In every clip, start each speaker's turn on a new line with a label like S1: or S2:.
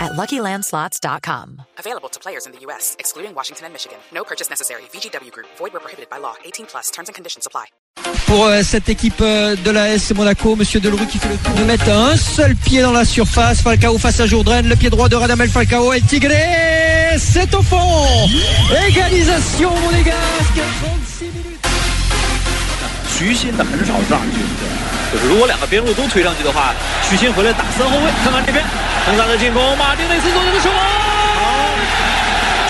S1: at luckylandslots.com.
S2: Available to players in the U.S., excluding Washington and Michigan. No purchase necessary. VGW Group, void were prohibited by law. 18 plus terms and conditions apply.
S3: Pour euh, cette équipe euh, de la S Monaco, Monsieur Delru qui fait le tour de mettre un seul pied dans la surface. Falcao face à Jourdain, le pied droit de Radamel Falcao et Tigré. C'est au fond. Égalisation monégasque. 36 minutes.
S4: 徐新打很少上去的，就是如果两个边路都推上去的话，徐新回来打三后卫。看看这边，恒大的进攻，马丁内斯做这个球，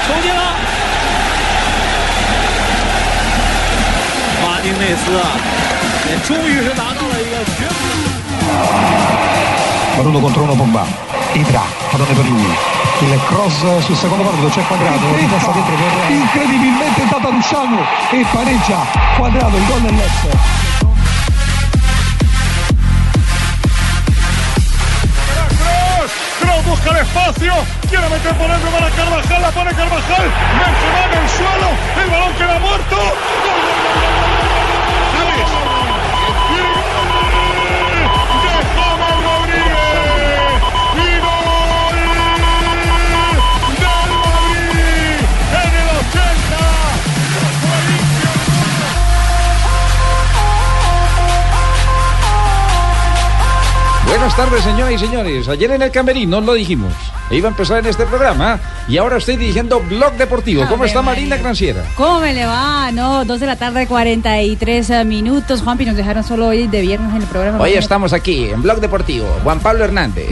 S4: 球进了。马丁内斯啊，也终于是拿到了一个绝。
S5: Maruno contro uno bomba. Ibra, padrone per lui. Il cross sul secondo palo c'è Quadrato, la ripassa dentro per incredibilmente data Luciano e pareggia Quadrato il gol nell'est.
S6: Kroos busca el espacio, quiere meter por dentro para Carvajal, la pone Carvajal, Benzema en el suelo, el balón queda muerto. ¡Gol, gol, gol, gol, gol, gol, gol, gol, gol! ¡Y gol de James Rodríguez! ¡Y gol del Madrid en el 80!
S7: Buenas tardes, señoras y señores. Ayer en el Camerín nos lo dijimos. E iba a empezar en este programa y ahora estoy dirigiendo Blog Deportivo. ¿Cómo
S8: Ave
S7: está
S8: María.
S7: Marina Granciera?
S8: ¿Cómo me le va? No, 2 de la tarde, 43 eh, minutos. Juanpi, nos dejaron solo hoy de viernes en el programa.
S7: Hoy estamos aquí en Blog Deportivo. Juan Pablo Hernández,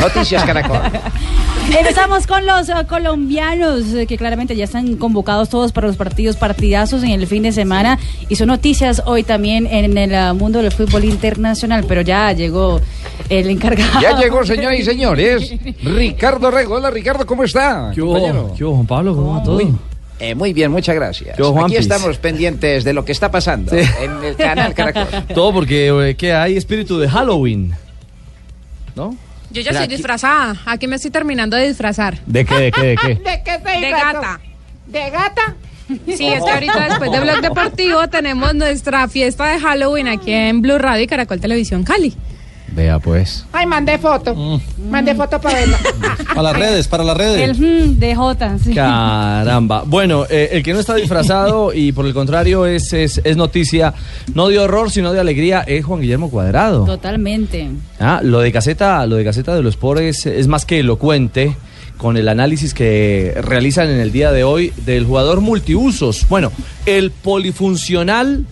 S7: Noticias Caracol.
S8: Empezamos con los eh, colombianos eh, que claramente ya están convocados todos para los partidos partidazos en el fin de semana. Y son noticias hoy también en el eh, mundo del fútbol internacional. Pero ya llegó el encargado.
S7: Ya llegó, señoras y señores, Ricardo Rego. Hola, Ricardo, ¿cómo está? compañero?
S3: Juan Pablo? ¿Cómo va todo?
S7: Eh, muy bien, muchas gracias.
S3: Yo,
S7: Aquí
S3: Juanpis.
S7: estamos pendientes de lo que está pasando en el canal Caracol.
S3: Todo porque que hay espíritu de Halloween. ¿No?
S9: Yo ya estoy disfrazada. Aquí me estoy terminando de disfrazar.
S3: ¿De qué? ¿De qué? ¿De qué?
S9: De gata. ¿De gata? Sí, es que ahorita después de Blog Deportivo tenemos nuestra fiesta de Halloween aquí en Blue Radio y Caracol Televisión Cali.
S3: Vea pues.
S10: Ay, mandé foto.
S3: Mm.
S10: Mandé foto para verla.
S3: Para las redes, para las redes.
S8: El mm, de Jota. sí.
S3: Caramba. Bueno, eh, el que no está disfrazado y por el contrario es, es, es noticia, no de horror, sino de alegría, es Juan Guillermo Cuadrado.
S8: Totalmente.
S3: Ah, lo de Caseta, lo de Caseta de los Pobres es más que elocuente con el análisis que realizan en el día de hoy del jugador multiusos. Bueno, el polifuncional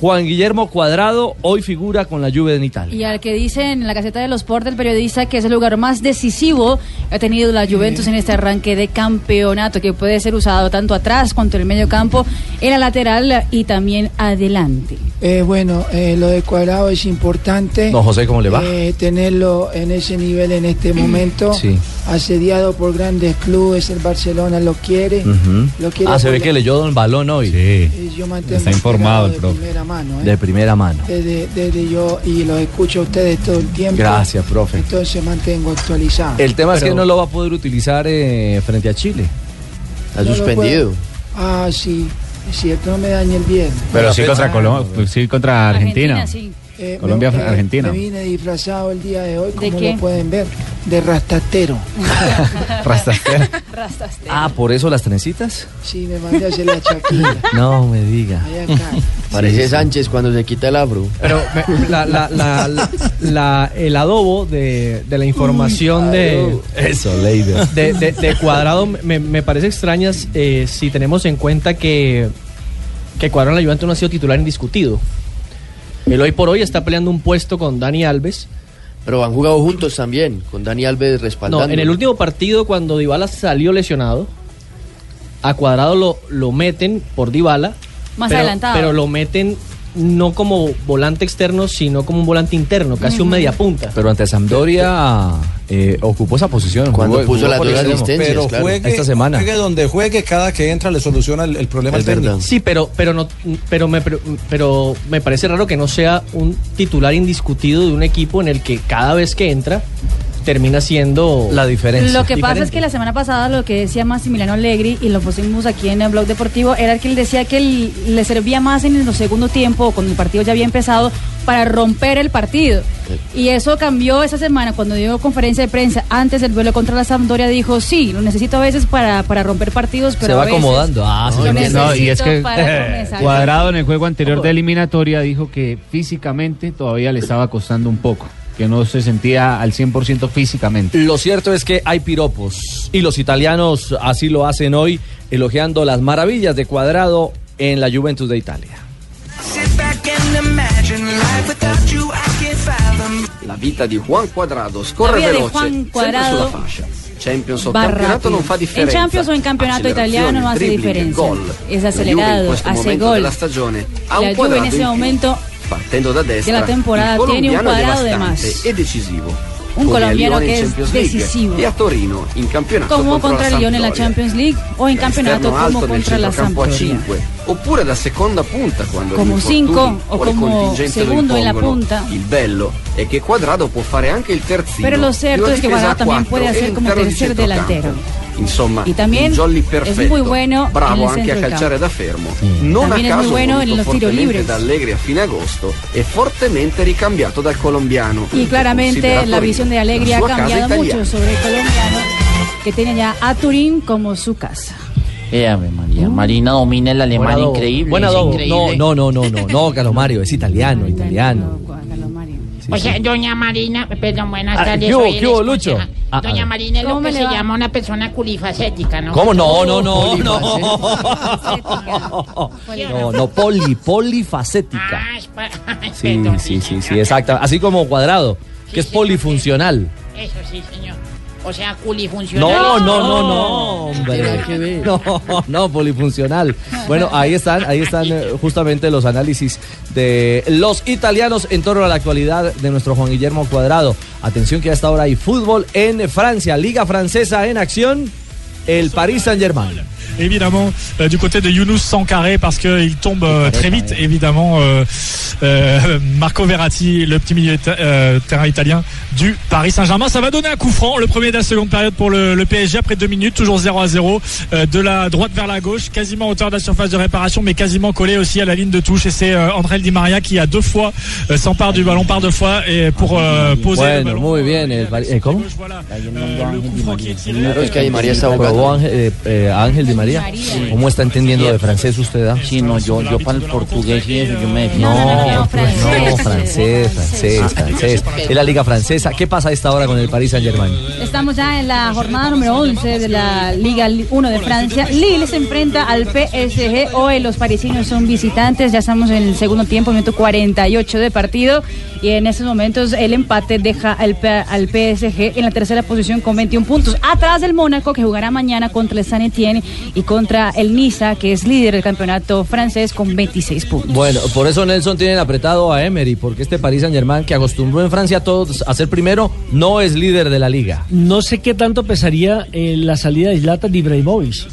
S3: Juan Guillermo Cuadrado hoy figura con la lluvia en Italia.
S8: Y al que dice en la caseta de los Sport, el periodista, que es el lugar más decisivo que ha tenido la Juventus en este arranque de campeonato, que puede ser usado tanto atrás cuanto en el medio campo, en la lateral y también adelante.
S11: Eh, bueno, eh, lo de Cuadrado es importante.
S3: Don José, ¿cómo le va?
S11: Eh, tenerlo en ese nivel en este momento.
S3: Sí.
S11: Asediado por grandes clubes, el Barcelona lo quiere.
S3: Ujú.
S11: lo quiere
S3: Ah, se ve
S11: por-
S3: que leyó Don Balón hoy. Sí.
S11: Eh, yo mantengo Está informado el profe. De primera mano, eh.
S3: De primera mano.
S11: desde, desde yo y los escucho a ustedes todo el tiempo.
S3: Gracias, profe.
S11: Entonces mantengo actualizado.
S3: El tema es
S11: Pero
S3: que no lo va a poder utilizar eh, frente a Chile.
S11: no lo puedo- Ah, sí. Es cierto, no me dañe el viernes.
S3: Pero sí contra Colombia.
S12: pues
S8: Argentina. sí.
S11: Eh, me-
S4: Colombia,
S11: eh,
S4: Argentina.
S11: Me vine disfrazado el día de hoy,
S8: ¿De
S11: como
S8: qué?
S11: lo pueden ver, de rastatero.
S3: Ah, por eso las trencitas.
S11: Sí, me mandé a hacer la chaquilla.
S3: No me diga.
S11: Allá acá.
S3: Parece
S10: Sánchez cuando se quita el abro.
S3: Pero la, el adobo de, la información de. Eso, Leider.
S13: de, de- de Cuadrado me, me parece extrañas eh, si tenemos en cuenta que, que Cuadrado en la Juventus no ha sido titular indiscutido. El hoy por hoy está peleando un puesto con Dani Alves.
S10: Pero han jugado juntos también, con Dani Alves respaldando.
S13: No, en el último partido cuando Dybala salió lesionado, a Cuadrado lo, lo meten por Dybala.
S8: Más
S13: pero,
S8: adelantado.
S13: Pero lo meten
S14: no como volante externo, sino como un volante interno, casi un
S3: Ujú.
S14: mediapunta.
S3: Pero ante Sampdoria eh, ocupó esa posición.
S14: Cuando
S3: jugó-
S14: puso
S3: jugó
S14: las
S3: por
S14: dos
S3: extremo.
S14: asistencias,
S3: Pero
S14: claro.
S3: juegue esta semana.
S5: Juegue donde juegue, cada que entra le soluciona el, el problema al técnico.
S14: Sí, pero, pero, no, pero, me, pero- pero me parece raro que no sea un titular indiscutido de un equipo en el que cada vez que entra termina siendo la
S3: diferencia.
S8: Lo que pasa es que la semana pasada lo que decía Massimiliano Allegri y lo pusimos aquí en el blog deportivo era que él decía que él- le servía más en el segundo tiempo o cuando el partido ya había empezado para romper el partido. Y eso cambió esa semana cuando dio conferencia de prensa antes del duelo contra la Sampdoria dijo, "Sí, lo necesito a veces para, para romper partidos, pero
S3: Se
S8: a
S3: va
S8: veces
S3: acomodando. Ah,
S8: lo
S3: sí, entiendo.
S12: No, y es
S8: necesito
S12: que
S8: para comenzar".
S12: Cuadrado en el juego anterior de eliminatoria dijo que físicamente todavía le estaba costando un poco, que no se sentía al 100% físicamente.
S3: Lo cierto es que hay piropos y los italianos así lo hacen hoy, elogiando las maravillas de Cuadrado en la Juventus de Italia.
S15: La vita di Juan Cuadrado scorre
S8: La vita di
S15: veloce,
S8: Juan
S15: sempre
S8: Cuadrado
S15: sulla fascia. Champions o
S8: va
S15: campionato
S8: rápido.
S15: non fa differenza.
S8: En Champions o en campeonato
S15: Accelerazione,
S8: italiano no hace
S15: dribbling,
S8: diferencia.
S15: Gol.
S8: Es
S15: La Juve in
S8: acelerado,
S15: questo
S8: hace
S15: momento
S8: gol.
S15: della stagione ha
S8: La
S15: un
S8: Juve
S15: quadrado
S8: en ese
S15: in più.
S8: momento
S15: partendo da destra,
S8: della temporada
S15: il
S8: tiene un
S15: colombiano
S8: quadrado de
S15: devastante
S8: más.
S15: e decisivo.
S8: Un
S15: come a
S8: colombiano
S15: Lione in
S8: que es
S15: Champions League
S8: decisivo.
S15: E a Torino in campionato
S8: como
S15: contro
S8: contra
S15: la
S8: el Lyon en la
S15: Sampdoria.
S8: Champions League o en campeonato
S15: Esterno
S8: como
S15: alto nel
S8: contra la
S15: centrocampo a
S8: Sampdoria.
S15: 5 oppure da seconda punta quando
S8: Como
S15: gli
S8: cinco,
S15: infortuni
S8: o
S15: le
S8: como
S15: contingenze lo
S8: segundo in la
S15: impongono.
S8: punta.
S15: Il bello è che Quadrado può fare anche il terzino.
S8: Pero lo certo cierto
S15: di una
S8: es que
S15: difesa
S8: Guardado
S15: a
S8: también
S15: quattro
S8: puede
S15: e
S8: hacer como
S15: l'interno di
S8: tercer
S15: centrocampo.
S8: delantero.
S15: Insomma,
S8: Y también
S15: un jolly
S8: es
S15: perfetto.
S8: muy bueno en
S15: bravo
S8: el
S15: anche
S8: centro
S15: a
S8: del
S15: calciare
S8: campo.
S15: da fermo. Non
S8: También
S15: a
S8: es
S15: caso
S8: muy bueno
S15: voluto
S8: en los tiro
S15: fortemente
S8: libres.
S15: da Allegri a fine agosto e fortemente ricambiato dal colombiano.
S8: Y claramente
S15: Considerato
S8: la visión de Alegría ha
S15: la sua casa
S8: cambiado
S15: italiana.
S8: mucho sobre el colombiano que tiene ya a Turín como su casa.
S16: Eh, Ave María.
S3: Mm.
S16: Marina domina el alemán
S3: Buen adobo.
S16: increíble.
S3: Buen
S16: es
S3: adobo.
S16: increíble.
S3: No, no, no, no, no, no, Calomario, es italiano, italiano.
S17: O sea, doña Marina, perdón, buenas
S3: Ah,
S17: tardes.
S3: ¿qué hubo,
S17: soy el
S3: qué hubo,
S17: esposa.
S3: Lucho? Ah,
S17: doña
S3: ah.
S17: Marina es lo
S8: ¿Cómo
S17: que
S8: le
S17: se
S8: va?
S17: llama una persona culifacética, ¿no?
S3: ¿Cómo? No, no, no, no. No, no, poli, polifacética.
S17: Ah, es pa-
S3: Sí, sí, sí, sí, exacta. Así como cuadrado, que es polifuncional.
S17: Eso sí, señor. O sea, culifuncional.
S3: No, no, no, no, hombre. No, no, polifuncional. Bueno, ahí están, ahí están eh, justamente los análisis de los italianos en torno a la actualidad de nuestro Juan Guillermo Cuadrado. Atención que hasta ahora hay fútbol en Francia, Liga Francesa en acción, el Paris Saint-Germain.
S18: évidemment euh, du côté de Younous Sankaré parce qu'il tombe euh, très vite évidemment euh, euh, Marco Verratti le petit milieu ita- euh, terrain italien du Paris Saint-Germain ça va donner un coup franc le premier de la seconde période pour le, le PSG après deux minutes toujours 0 à 0 euh, de la droite vers la gauche quasiment à hauteur de la surface de réparation mais quasiment collé aussi à la ligne de touche et c'est euh, André Di Maria qui a deux fois euh, s'empare du ballon par deux fois et pour euh, poser le
S3: Bueno,
S18: ballon
S3: muy bien. El, Paris- eh, ¿Cómo?
S16: Claro, es que Di María está
S3: Probó
S16: abogado.
S3: Ángel, eh, eh, Ángel Di María. ¿Cómo está entendiendo de francés usted? ah?
S16: Sí, no, yo, yo para el portugués y eso, yo me defiendo. Ah,
S3: No, pues, no, francés, francés, francés. Es la liga francesa. ¿Qué pasa a esta hora con el Paris Saint Germain?
S8: Estamos ya en la jornada número 11 de la Liga 1 de Francia. Lille se enfrenta al PSG. Hoy los parisinos son visitantes. Ya estamos en el segundo tiempo, minuto 48 de partido. Y en estos momentos el empate deja al, P- al PSG en la tercera posición con 21 puntos. Atrás del Mónaco que jugará mañana contra el San Etienne y contra el Niza que es líder del campeonato francés con 26 puntos.
S3: Bueno, por eso Nelson tiene apretado a Emery, porque este Paris Saint Germain que acostumbró en Francia a todos a ser primero, no es líder de la liga.
S19: No sé qué tanto pesaría eh, la salida de Zlatan de Ibrahimovic,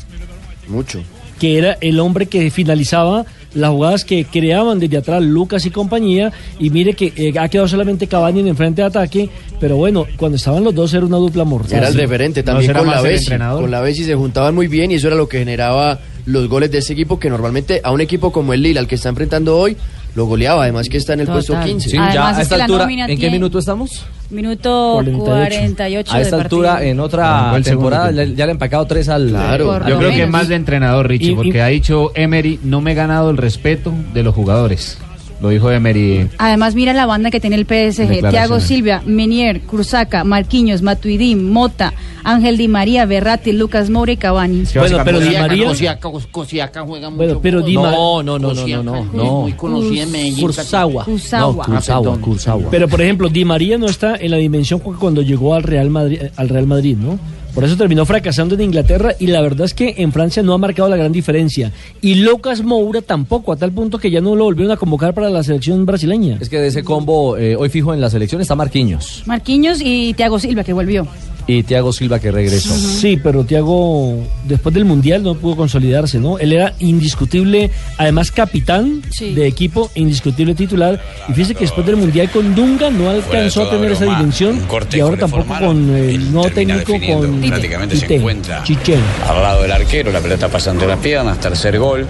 S10: Mucho.
S19: que era el hombre que finalizaba las jugadas que creaban desde atrás Lucas y compañía. Y mire que eh, ha quedado solamente Cavani en el frente de ataque, pero bueno, cuando estaban los dos era una dupla mortal.
S10: Era el referente también
S19: No, será
S10: con la
S19: más el
S10: Bessi.
S19: entrenador.
S10: Con la Bessi se juntaban muy bien y eso era lo que generaba los goles de ese equipo que normalmente a un equipo como el Lille, al que está enfrentando hoy, lo goleaba. Además que está en el puesto 15.
S3: Sí, ya a esta altura, ¿en qué minuto estamos?
S8: Minuto 48,
S10: 48
S3: A
S10: de partido.
S3: esta altura, en
S12: Arrancó
S3: otra
S12: el Ah, segundo
S3: temporada, le- ya le ha empacado tres al.
S12: Claro, yo creo que es más de entrenador, Richie, porque ha dicho Emery, no me he ganado el respeto de los jugadores. Lo dijo Emery.
S8: Además, mira la banda que tiene el PSG.
S12: Declaraciones.
S8: Thiago Silva, Menier, Cruzaca, Marquinhos, Matuidi, Mota, Ángel Di María, Berratti, Lucas Moura y Cavani.
S19: Bueno, pero Di
S16: Cosiaca,
S19: María-
S16: Cosiaca, Cos- Cosiaca juega mucho.
S19: Bueno, pero Di
S16: fútbol.
S19: Ma-
S16: No, no, no, no, no, no,
S19: Cosiaca,
S16: no.
S19: muy
S16: conocida en Medellín.
S19: Kurzawa.
S16: Kurzawa. No, Kurzawa,
S19: Ah, perdón.
S16: Kurzawa.
S19: Pero por ejemplo, Di María no está en la dimensión cu- cuando llegó al Real Madrid, al Real Madrid, ¿no? Por eso terminó fracasando en Inglaterra y la verdad es que en Francia no ha marcado la gran diferencia. Y Lucas Moura tampoco, a tal punto que ya no lo volvieron a convocar para la selección brasileña.
S3: Es que de ese combo, eh, hoy fijo en la selección está Marquinhos
S8: Marquinhos y Thiago Silva, que volvió.
S3: y Thiago Silva que regresó.
S19: Sí, pero Thiago después del Mundial no pudo consolidarse, ¿no? Él era indiscutible, además capitán
S8: Sí.
S19: de equipo, indiscutible titular. Y fíjese que después del Mundial con Dunga no alcanzó a
S20: toda
S19: tener esa
S20: broma,
S19: dimensión
S20: un corte
S19: y ahora tampoco
S20: uniformado,
S19: con el nuevo
S20: termina
S19: técnico
S20: definiendo.
S19: con
S20: Prácticamente se
S19: Tite,
S20: encuentra.
S19: Chichen.
S20: al lado del arquero, la pelota pasa entre las piernas, tercer gol,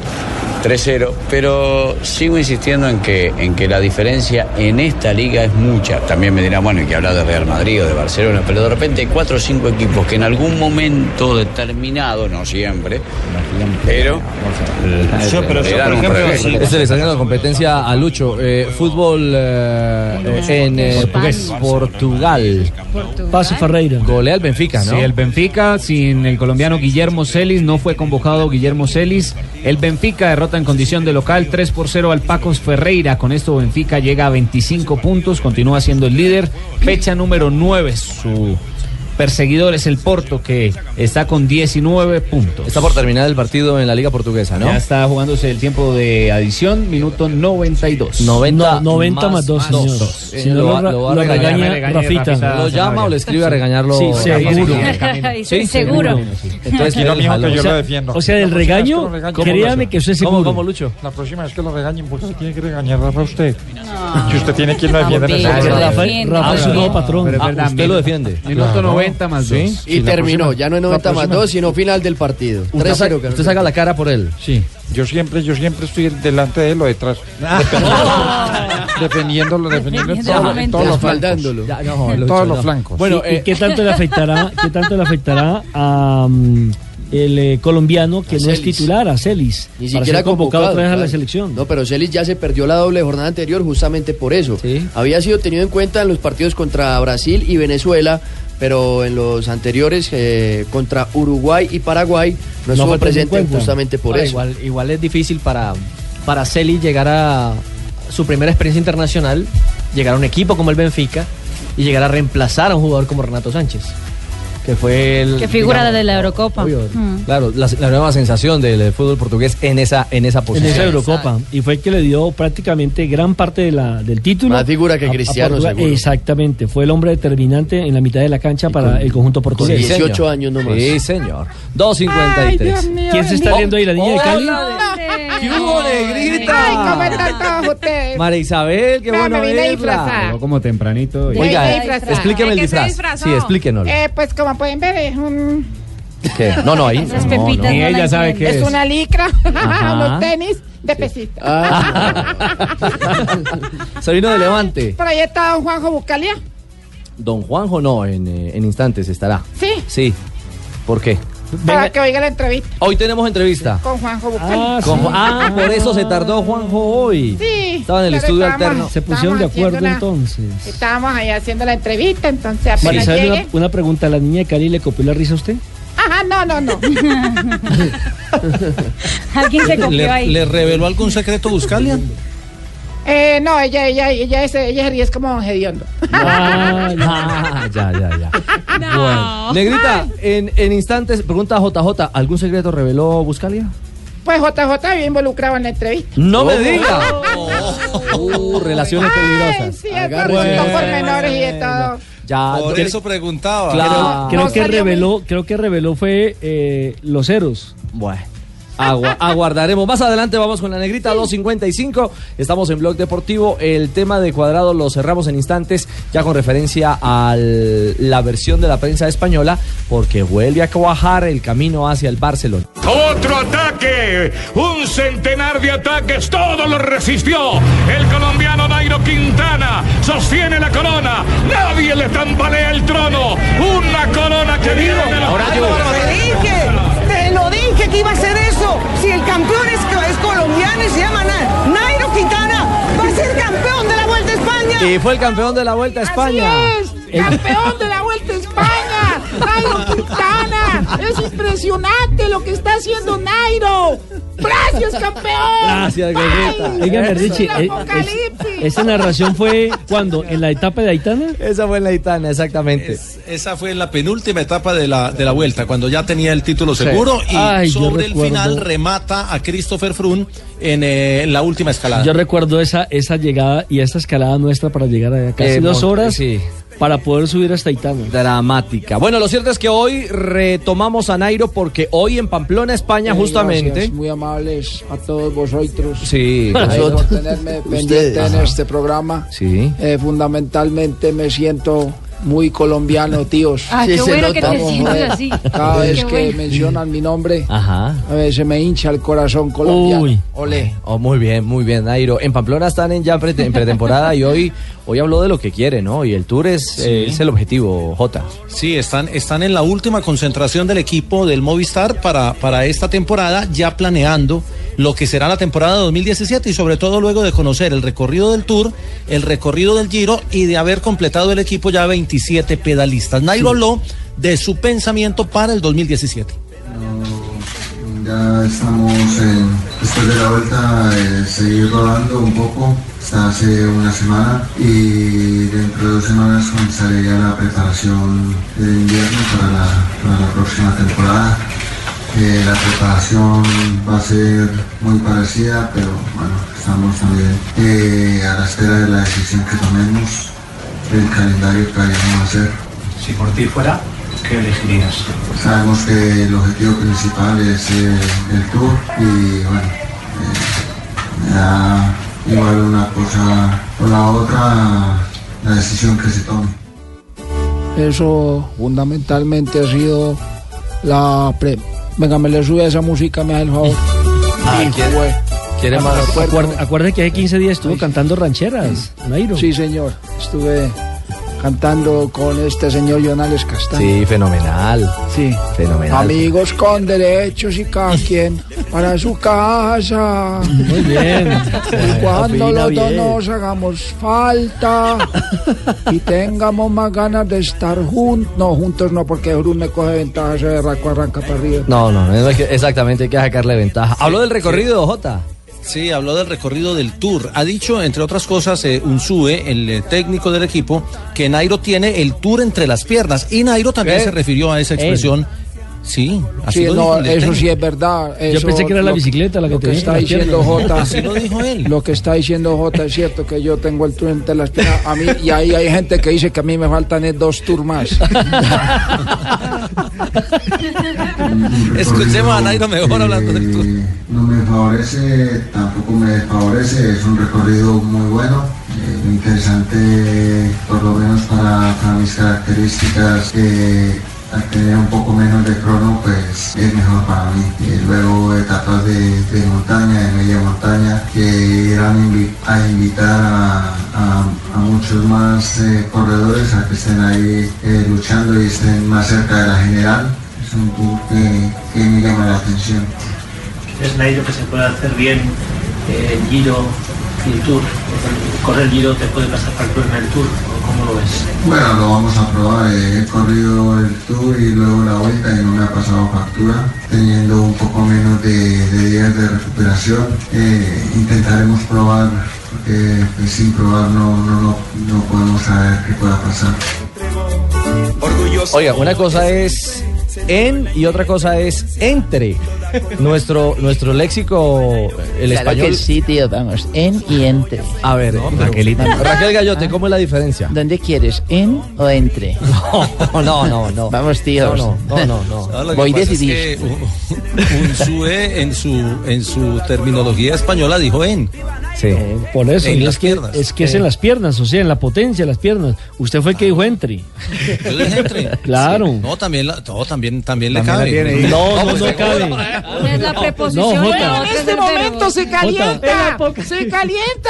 S20: 3-0. Pero sigo insistiendo en que, en que la diferencia en esta liga es mucha. También me dirán, bueno, hay que hablar de Real Madrid o de Barcelona, pero de repente hay cuatro o cinco equipos que en algún momento determinado, no siempre, pero
S3: Yo, pero
S20: le
S3: yo,
S20: dan
S3: por
S20: un
S3: ejemplo,
S20: revés.
S3: sí. Este le está haciendo competencia a Lucho. eh, fútbol eh, eh, en eh,
S12: Portugués.
S3: Portugal.
S19: Pase Ferreira.
S3: Golea el Benfica, ¿no?
S12: Sí, el Benfica sin el colombiano Guillermo Celis, no fue convocado Guillermo Celis. El Benfica derrota en condición de local 3 por 0 al Pacos Ferreira. Con esto Benfica llega a 25 puntos, continúa siendo el líder. Fecha número 9, su perseguidor es el Porto que está con 19 puntos.
S3: Está por terminar el partido en la Liga Portuguesa, ¿no?
S12: Ya está jugándose el tiempo de adición, minuto 92.
S3: 90,
S19: 90 más dos, señor.
S3: Eh,
S19: Si no
S3: lo,
S19: lo
S3: va-
S19: ra-
S3: lo va a
S19: lo
S3: regañar.
S19: regaña Rafita.
S3: ¿Lo llama o le escribe a regañarlo?
S19: Sí,
S3: Rafa?
S19: seguro.
S3: Sí,
S19: Entonces,
S3: Entonces, quiero el jalón.
S19: o sea, O sea, del
S5: La próxima vez que
S19: regaño,
S5: lo regañe,
S19: créame
S5: Lucho.
S19: que eso es seguro.
S3: Lucho?
S5: La próxima vez que lo regañen, porque tiene que regañar a usted. Y usted tiene quien lo defienda en el
S19: Porque
S5: programa.
S19: Rafa- Rafa Ah, es su nuevo patrón.
S5: Pero es
S7: Ah,
S5: verdad,
S3: Usted lo defiende.
S10: Minuto
S3: Claro.
S10: 90 más
S3: Sí.
S10: 2.
S3: Sí,
S10: Y
S3: la
S10: terminó,
S3: próxima-
S10: ya no es
S3: la
S10: 90 más
S3: próxima-
S10: 2, sino final del partido.
S5: Usted
S10: 3-0.
S5: saca-
S10: Carlos.
S5: usted saca
S3: la cara por él.
S5: Sí. Yo siempre, yo siempre estoy delante de él o detrás. Defendiéndolo, defendiéndolo en todo- en todos los flancos.
S10: Respaldándolo.
S5: Ya, no, eh, En todos los flancos.
S19: Bueno, ¿Y, qué tanto le afectará, qué tanto le afectará a mm, el eh, colombiano que
S10: A
S19: no es
S10: Celis.
S19: titular, a Celis?
S10: Ni
S19: para
S10: siquiera
S19: ser convocado otra vez a la
S10: claro.
S19: selección.
S10: No, pero Celis ya se perdió la doble jornada anterior justamente por eso. Había sido tenido en cuenta en los partidos contra Brasil y Venezuela, pero en los anteriores eh, contra Uruguay y Paraguay no,
S13: No
S10: estuvo
S13: fue tenido en
S10: presente
S13: cuenta.
S10: justamente por
S19: Ah,
S13: Ahora,
S10: eso.
S13: Ah, Igual, igual es difícil para, para Celi llegar a su primera experiencia internacional, llegar a un equipo como el Benfica y llegar a reemplazar a un jugador como Renato Sánchez, que fue el...
S8: Que figura
S13: digamos,
S8: de la Eurocopa. Mm.
S3: Claro, la, la nueva sensación del eh, fútbol portugués en esa, en esa
S19: En
S3: posición.
S19: esa Eurocopa. Y fue el que le dio prácticamente gran parte de la, del título.
S10: Más figura que
S19: a- a
S10: Cristiano,
S19: Portugal.
S10: seguro.
S19: Exactamente. Fue el hombre determinante en la mitad de la cancha para el conjunto portugués.
S3: Sí, señor. Sí, señor. 2.53.
S19: ¿Quién se está viendo ahí? ¿La niña
S3: Oh,
S19: de Cali?
S3: ¡Qué hubo, negrita!
S21: Ay, cómo están todos ustedes.
S3: María Isabel, qué
S21: No,
S3: bueno
S21: me vine
S3: verla.
S21: disfrazada.
S12: Llegó como tempranito. y-
S21: Me
S3: Oiga,
S21: vine
S3: eh,
S21: disfrazada.
S3: explíqueme el
S21: ¿De qué se
S3: disfraz.
S21: disfrazó?
S3: Sí, explíquenos.
S21: Eh, pues como pueden ver es un...
S3: ¿Qué? No, no, ahí.
S21: Esas
S3: no,
S21: pepitas
S3: no.
S21: no las entiendo. Es una licra, unos tenis de pesito.
S10: Ah.
S3: Se vino de Levante.
S21: Por ahí está don Juanjo Bucalia.
S3: Don Juanjo no, en, eh, en instantes estará.
S21: Sí,
S3: Sí. ¿Por qué?
S21: para que oiga la entrevista
S3: Hoy tenemos entrevista.
S21: con Juanjo Bucalia.
S3: Con Ju- Ah, por eso se tardó Juanjo hoy.
S21: Sí,
S3: Estaba en el
S21: pero
S3: estudio
S21: estábamos-
S3: alterno.
S19: Se pusieron de
S21: Estamos haciendo
S19: acuerdo
S21: una-
S19: entonces.
S21: Estábamos ahí haciendo la entrevista,
S19: María
S21: entonces apenas
S19: Isabel, una,
S21: llegue.
S19: una pregunta. ¿La niña de Cali le copió la risa a usted?
S21: Ajá, no, no, no.
S8: Alguien se copió
S5: ¿Le,
S8: ahí.
S5: le reveló algún secreto Buscalia?
S21: Eh, no, ella, ella, ella, es, ella se ríe, es como don Gediondo.
S3: Ah, ya, ya, ya. Bueno. Negrita, en, en instantes, pregunta a JJ, ¿algún secreto reveló Buscalia?
S21: Pues JJ había involucrado en la entrevista.
S3: ¡No me diga! Uh, relaciones
S21: Oh. Ay,
S3: peligrosas.
S21: sí, es por pormenores y
S22: Eh,
S21: de todo.
S3: Ya,
S5: Por
S3: te-
S5: eso preguntaba.
S3: Claro.
S19: Creo
S21: No
S19: que
S21: salió
S19: reveló, creo que reveló fue eh, los ceros.
S3: Bueno. agua- aguardaremos. Más adelante vamos con la negrita 255. Estamos en Blog Deportivo. El tema de cuadrado lo cerramos en instantes, ya con referencia a la versión de la prensa española, porque vuelve a cuajar el camino hacia el Barcelona.
S23: Otro ataque, un centenar de ataques, todo lo resistió. El colombiano Nairo Quintana sostiene la corona, nadie le tambalea el trono. Una corona que viene de la
S4: Te dije, te lo dije que iba a ser eso. Si el campeón es, es colombiano y se llama Na- Nairo Quintana, va a ser campeón de la Vuelta a España.
S3: Y fue el campeón de la Vuelta a España.
S21: ¡Campeón de la Vuelta a España! ¡Nairo Quintana! ¡Es impresionante lo que está haciendo Nairo! ¡Gracias, campeón!
S3: Gracias, Galleta.
S19: Dígame,
S3: Eso.
S19: Richie,
S3: El
S19: eh, es- ¿esa narración fue cuando? ¿En la etapa de Aitana?
S3: Esa fue en la Aitana, exactamente.
S22: esa fue la penúltima etapa de la, de la vuelta, cuando ya tenía el título seguro y
S19: Ay, yo
S22: sobre el
S19: recuerdo.
S22: final remata a Christopher Froome en, eh, en la última escalada.
S19: Yo recuerdo esa, esa llegada y esta escalada nuestra para llegar a casi
S3: Eh,
S19: dos
S3: Mon-
S19: horas
S3: sí.
S19: para poder subir hasta Itano.
S3: Dramática. Bueno, lo cierto es que hoy retomamos a Nairo porque hoy en Pamplona, España,
S7: Muchas
S3: justamente.
S7: gracias, muy amables a todos vosotros.
S3: Sí,
S7: Gracias
S3: nosotros.
S7: por tenerme
S3: Ustedes.
S7: pendiente en
S3: Ajá.
S7: este programa.
S3: Sí.
S7: Eh, fundamentalmente me siento muy colombiano, tíos.
S11: Ah, qué Sí, se bueno que te nota. sientas
S7: Joder,
S11: así.
S7: Cada
S11: Qué
S7: vez que
S11: bueno.
S7: mencionan mi nombre,
S3: Ajá.
S7: a veces me hincha el corazón colombiano.
S3: Uy.
S7: Olé.
S3: Oh, muy bien, muy bien, Nairo. En Pamplona están en ya prete- en pretemporada y hoy, hoy habló de lo que quiere, ¿no? Y el tour es, eh, es el objetivo, Jota.
S22: Sí, están, están en la última concentración del equipo del Movistar para, para esta temporada, ya planeando lo que será la temporada 2017 y sobre todo luego de conocer el recorrido del Tour, el recorrido del Giro y de haber completado el equipo ya 27 pedalistas. Nairo habló de su pensamiento para el 2017.
S24: Ya estamos en, después de la vuelta, eh, seguir rodando un poco, hasta hace una semana y dentro de dos semanas comenzaré ya la preparación de invierno para la, para la próxima temporada. Eh, la preparación va a ser muy parecida, pero bueno, estamos también eh, a la espera de la decisión que tomemos, el calendario que vayamos a hacer. Si por ti fuera, ¿qué elegirías? Sabemos que el objetivo principal es eh, el tour y bueno, eh, me da igual una cosa o la otra, la decisión que se tome.
S7: Eso fundamentalmente ha sido la pre. Venga, me le sube a esa música, me hace el favor. Hijo, güey.
S3: ¿Quiere
S7: más?
S19: Acuérdate, que hace 15 días estuvo cantando rancheras, Nairo.
S7: Sí, señor. Estuve cantando con este señor Jonales Castaño.
S3: Sí, fenomenal.
S7: Sí.
S3: Fenomenal.
S7: Amigos con derechos y cada quien para su casa. Muy
S19: bien.
S7: Y cuando
S19: Afina
S7: los dos
S19: bien.
S7: nos hagamos falta y tengamos más ganas de estar juntos. No, juntos no, porque Bruno me coge ventaja, ese berraco arranca para arriba.
S3: No, no, no, es que- exactamente, hay que sacarle ventaja. Habló del recorrido, Jota.
S22: Sí, habló del recorrido del Tour. Ha dicho, entre otras cosas, eh, Unzue, el eh, técnico del equipo, que Nairo tiene el Tour entre las piernas. Y Nairo también
S7: ¿Qué?
S22: se refirió a esa
S7: Él.
S22: expresión. Sí, así
S7: Sí,
S22: lo dijo
S7: no,
S22: el
S7: eso
S22: técnico.
S7: sí es verdad.
S19: Yo
S7: eso,
S19: pensé que era la
S7: lo
S19: bicicleta la que
S7: lo
S19: te
S7: que
S19: dije,
S7: está
S19: la
S7: diciendo
S19: pierna.
S7: Jota.
S19: Así lo
S22: dijo él.
S7: Lo que está diciendo Jota es cierto que yo tengo el tour entre las piernas. A mí, y ahí hay gente que dice que a mí me faltan es dos tours más.
S22: Escuchemos a Nairo mejor hablando del Tour.
S24: No me favorece, tampoco me desfavorece, es un recorrido muy bueno, eh, muy interesante por lo menos para, para mis características. eh, al tener un poco menos de crono, pues es mejor para mí. Eh, luego etapas de, de montaña, de media montaña, que irán invi- a invitar a, a- a muchos más eh, corredores a que estén ahí eh, luchando y estén más cerca de la general. Es un tour que, que me llama la atención.
S25: es Nairo que se puede hacer bien eh, el Giro y el Tour. Correr el Giro te puede pasar factura en el Tour, ¿o ¿cómo lo ves?
S24: Bueno, lo vamos a probar. eh, He corrido el tour y luego la vuelta y no me ha pasado factura. Teniendo un poco menos de, de días de recuperación, eh, intentaremos probar, porque pues, sin probar no, no, no, no podemos saber qué pueda pasar.
S3: Oiga, una cosa es en y otra cosa es entre. Nuestro, nuestro léxico, el
S26: Claro
S3: español.
S26: que sí, tío, vamos. En y entre.
S3: A ver, Raquelita. Raquel Gallote, ¿cómo es la diferencia?
S26: ¿Dónde quieres? ¿En o entre?
S3: No, no, no, no.
S26: Vamos, tíos.
S3: No, no, no,
S22: No, lo que
S26: Voy a
S22: pasa es
S26: decidir.
S22: que U- Unzue, en su, en su terminología española, dijo en.
S3: Sí.
S19: Eh, Por eso,
S22: En
S19: y
S22: las
S19: es, que,
S22: piernas.
S19: es que es en las piernas, o sea, en la potencia de las piernas. Usted fue el que dijo entry.
S22: Yo dije entre.
S19: Claro.
S22: No, también, la- no, también, también le
S19: También la
S22: cabe.
S19: tiene. No, no,
S22: pues,
S19: no cabe.
S11: Una es la
S19: No,
S11: preposición y
S19: Jota.
S11: la otra
S19: En
S11: es
S19: este
S11: el verbo.
S4: momento
S21: se
S4: Jota.
S21: calienta, se calienta,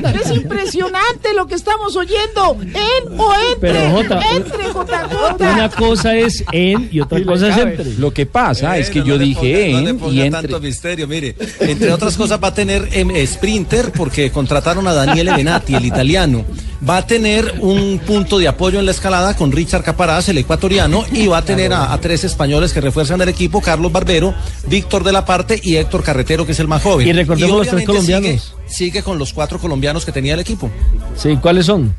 S21: JJ. Es impresionante lo que estamos oyendo. En o entre,
S19: Pero, Jota,
S21: entre, JJ.
S19: Una cosa es en y otra cosa es entre.
S27: Lo que pasa es que
S22: no, no
S27: yo
S22: le
S27: dije
S22: ponga- no le
S27: en y
S22: ponga
S27: entre.
S22: tanto misterio, mire. Entre otras cosas va a tener em, Sprinter porque contrataron a Daniele Benati, el italiano. Va a tener un punto de apoyo en la escalada con Richard Caparaz, el ecuatoriano, y va a tener a, a tres españoles que refuerzan el equipo, Carlos Barbero, Víctor de la Parte y Héctor Carretero, que es el más joven.
S19: Y recordemos los tres
S22: obviamente sigue-
S19: colombianos.
S22: Sigue, con los cuatro colombianos que tenía el equipo.
S19: Sí, ¿cuáles son?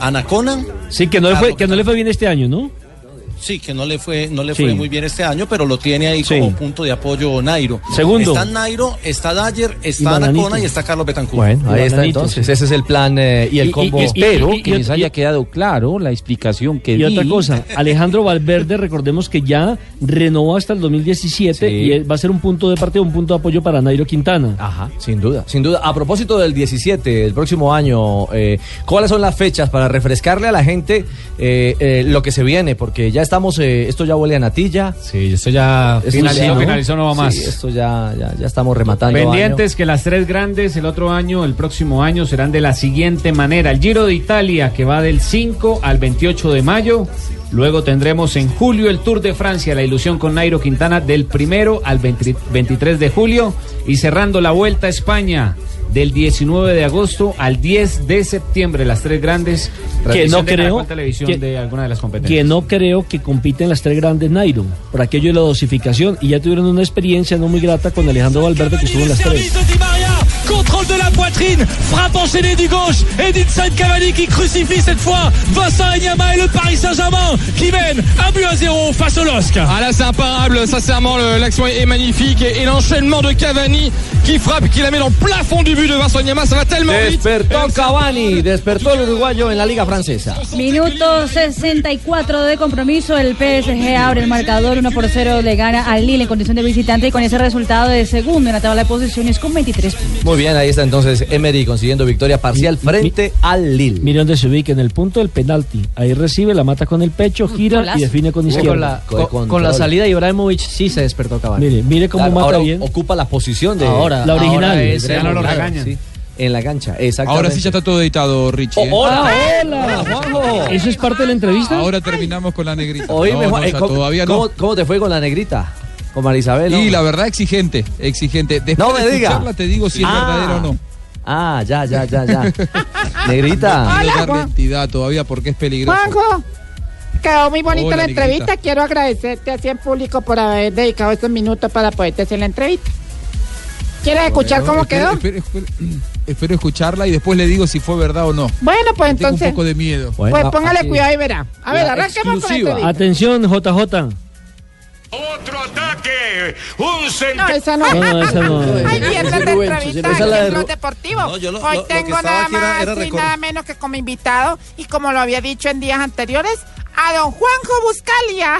S22: Anacona.
S19: Sí, que no, le fue, que no le fue bien este año, ¿no?
S22: Sí, que no le fue, no le
S19: Sí.
S22: fue muy bien este año, pero lo tiene ahí
S19: Sí.
S22: como punto de apoyo Nairo.
S3: Segundo.
S22: Está Nairo, está Dyer,
S3: Y
S22: está
S3: Bananito.
S22: Anacona y está Carlos Betancourt.
S3: Bueno, ahí está entonces. Ese es el plan eh, y el combo.
S11: Espero que les
S19: haya
S11: quedado claro la explicación que
S19: Y
S11: di.
S19: otra cosa, Alejandro Valverde, recordemos que ya renovó hasta el 2017 y él va a ser un punto de partida, un punto de apoyo para Nairo Quintana.
S3: Ajá, sin duda, sin duda. A propósito del 17, el próximo año, eh, ¿cuáles son las fechas para refrescarle a la gente eh, eh, lo que se viene? Porque ya estamos, eh, esto ya huele a natilla.
S12: Sí, esto ya finalizó, finalizó, no va más.
S3: Sí, esto ya, ya, ya estamos rematando.
S12: Pendientes que las tres grandes el otro año, el próximo año, serán de la siguiente manera. El Giro de Italia, que va del 5 al 28 de mayo. Luego tendremos en julio el Tour de Francia, la ilusión con Nairo Quintana, del 1 al 20 23 de julio. Y cerrando la vuelta a España, del 19 de agosto al 10 de septiembre, las tres grandes.
S19: Que no
S12: Transmisión de Caracol
S19: creo
S12: Televisión
S19: que-
S12: de alguna de las competencias.
S19: que no creo que compiten las tres grandes Nairo, por aquello de la dosificación, y ya tuvieron una experiencia no muy grata con Alejandro Valverde que estuvo en las tres.
S28: Contrôle de la poitrine, frappe enchaînée du gauche et d'Inside Cavani qui crucifie cette fois Vincent Enyama et le Paris Saint-Germain qui mène un but à zéro face au LOSC.
S29: Ah là c'est imparable, sincèrement le- l'action est est magnifique et, et l'enchaînement de Cavani qui frappe, qui la met dans le plafond du but de Vincent Nyama, ça va tellement
S3: Despertó Cavani, despertó el uruguayo en la Liga Francesa.
S8: Minuto 64 de compromiso. El PSG abre el marcador 1 por 0. Le gana al Lille en condición de visitante y con ese resultado de segundo en la tabla de posiciones con 23 puntos.
S3: Muy bien, ahí está entonces Emery consiguiendo victoria parcial
S11: Este
S3: frente al Lille.
S19: Mire dónde se ubica en el punto del penalti. Ahí recibe, la mata con el pecho, gira y define con
S13: Con
S19: izquierda.
S13: la, con- con la salida de Ibrahimovic sí se despertó Cavani.
S19: Mire, Eh, mire cómo mata
S13: ahora
S19: bien.
S3: Ocupa la posición
S13: de
S19: Ahora, la original.
S13: ahora es Ya el no lo lugar, regañan. sí, en la cancha, exactamente.
S29: Ahora sí ya está todo editado, Richie.
S3: Oh,
S29: ¿eh?
S13: hola,
S19: Ah, hola, Juanjo. ¿Eso es parte de la entrevista?
S29: Ahora terminamos con la negrita.
S3: Oíme,
S29: No,
S3: Juan,
S29: no,
S3: eh,
S29: ya
S3: ¿cómo-
S29: todavía no.
S3: cómo- cómo te fue con la negrita? Con Marisabel.
S29: Y
S3: hombre.
S29: la verdad exigente, exigente. Después
S3: No me
S29: de
S3: diga.
S29: escucharla te digo si es
S3: Ah.
S29: verdadera o no.
S3: Ah, ya, ya, ya, ya. Negrita.
S29: No
S21: Hola,
S29: quiero darle
S21: Juan.
S29: entidad todavía porque es peligroso.
S21: Juanjo, quedó muy bonita
S29: Hola,
S21: la
S29: negrita.
S21: entrevista. Quiero agradecerte así en público por haber dedicado estos minutos para poderte hacer la entrevista. ¿Quieres escuchar
S29: Bueno,
S21: cómo
S29: espero-
S21: quedó?
S29: Espero, espero- espero escucharla y después le digo si fue verdad o no.
S21: Bueno, pues
S29: Tengo
S21: entonces,
S29: un poco de miedo.
S21: pues póngale cuidado y verá. A ver, arranquemos con la entrevista.
S19: Atención, JJ.
S29: Un
S21: No, esa no.
S19: No, no, esa no.
S21: Ay, mierda,
S19: Esa
S21: esta
S19: es Rubén,
S21: entrevista
S19: esa es
S21: del
S19: la de
S21: Centro
S19: Ru-
S21: Deportivo.
S22: No, yo lo-
S21: Hoy
S22: lo- lo que
S21: tengo
S22: estaba
S21: nada
S22: aquí era-
S21: más
S22: era
S21: y
S22: recor-
S21: nada menos que como invitado, y como lo había dicho en días anteriores, a don Juanjo Buscalia.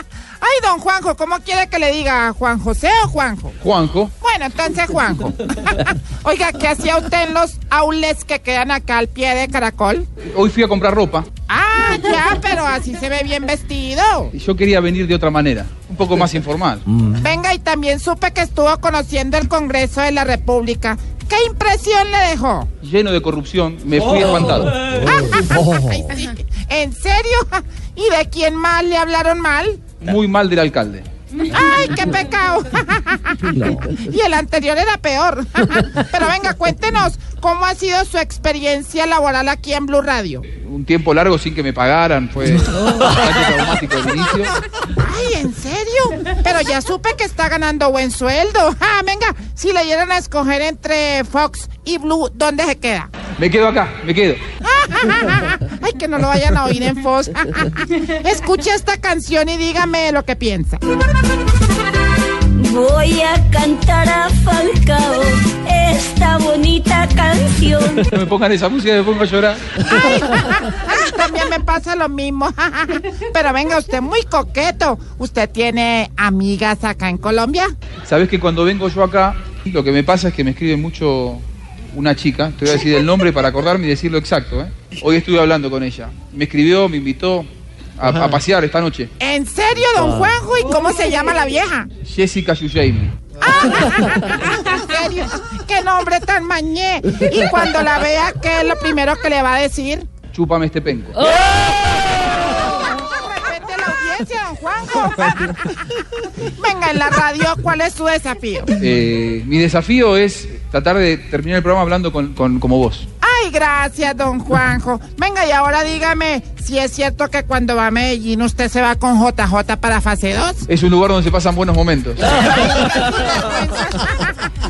S21: Ay, don Juanjo, ¿cómo quiere que le diga? ¿Juan José o Juanjo?
S29: Juanjo.
S21: Bueno, entonces Juanjo. Oiga, ¿qué hacía usted en los aules que quedan acá al pie de Caracol?
S29: Hoy fui a comprar ropa.
S21: Ah, ya, pero así se ve bien vestido.
S29: y Yo quería venir de otra manera, un poco más informal.
S3: Mm.
S21: Venga, y también supe que estuvo conociendo el Congreso de la República. ¿Qué impresión le dejó?
S29: Lleno de corrupción, me fui
S21: Oh.
S29: espantado.
S3: Oh.
S21: Ay, sí. ¿En serio? ¿Y de quién más le hablaron mal?
S29: Muy mal del alcalde.
S21: ¡Ay, qué pecado! Y el anterior era peor. Pero venga, cuéntenos, ¿cómo ha sido su experiencia laboral aquí en Blue Radio?
S29: Un tiempo largo sin que me pagaran, fue bastante traumático el inicio.
S21: Ay, ¿en serio? Pero ya supe que está ganando buen sueldo. Ah, venga, si le dieran a escoger entre Fox y Blue, ¿dónde se queda?
S29: Me quedo acá, me quedo.
S21: Ay, que no lo vayan a oír en Fox. Escuche esta canción y dígame lo que piensa.
S14: Voy a cantar a Falcao esta bonita canción.
S29: No me pongan esa música, me pongo a llorar.
S21: Ay, ay, también me pasa lo mismo. Pero venga, usted muy coqueto. ¿Usted tiene amigas acá en Colombia?
S29: Sabes que cuando vengo yo acá, lo que me pasa es que me escribe mucho una chica. Te voy a decir el nombre para acordarme y decirlo exacto. ¿eh? Hoy estuve hablando con ella. Me escribió, me invitó a, a pasear esta noche.
S21: ¿En serio, don
S29: Ah.
S21: Juanjo? ¿Y cómo se llama la vieja?
S29: Jessica Yujaimi.
S21: ¿En serio? ¿Qué nombre tan mañé? Y cuando la vea, ¿qué es lo primero que le va a decir?
S29: Chúpame este penco.
S21: Respete la audiencia, don Juanjo. Venga, en la radio, ¿cuál es su desafío?
S29: Eh, mi desafío es tratar de terminar el programa hablando con, con- como vos.
S21: Ay, gracias, don Juanjo. Venga, y ahora dígame si es cierto que cuando va a Medellín usted se va con JJ para fase 2.
S29: Es un lugar donde se pasan buenos momentos.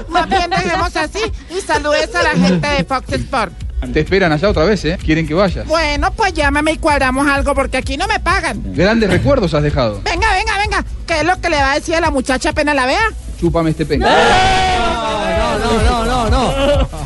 S21: Más bien dejemos así y saludes a la gente de Fox Sport.
S29: Te esperan allá otra vez, ¿eh? Quieren que vayas.
S21: Bueno, pues llámame y cuadramos algo porque aquí no me pagan.
S29: Grandes recuerdos has dejado.
S21: Venga, venga, venga. ¿Qué es lo que le va a decir a la muchacha apenas la vea?
S29: Chúpame este penco.
S3: No, no, no.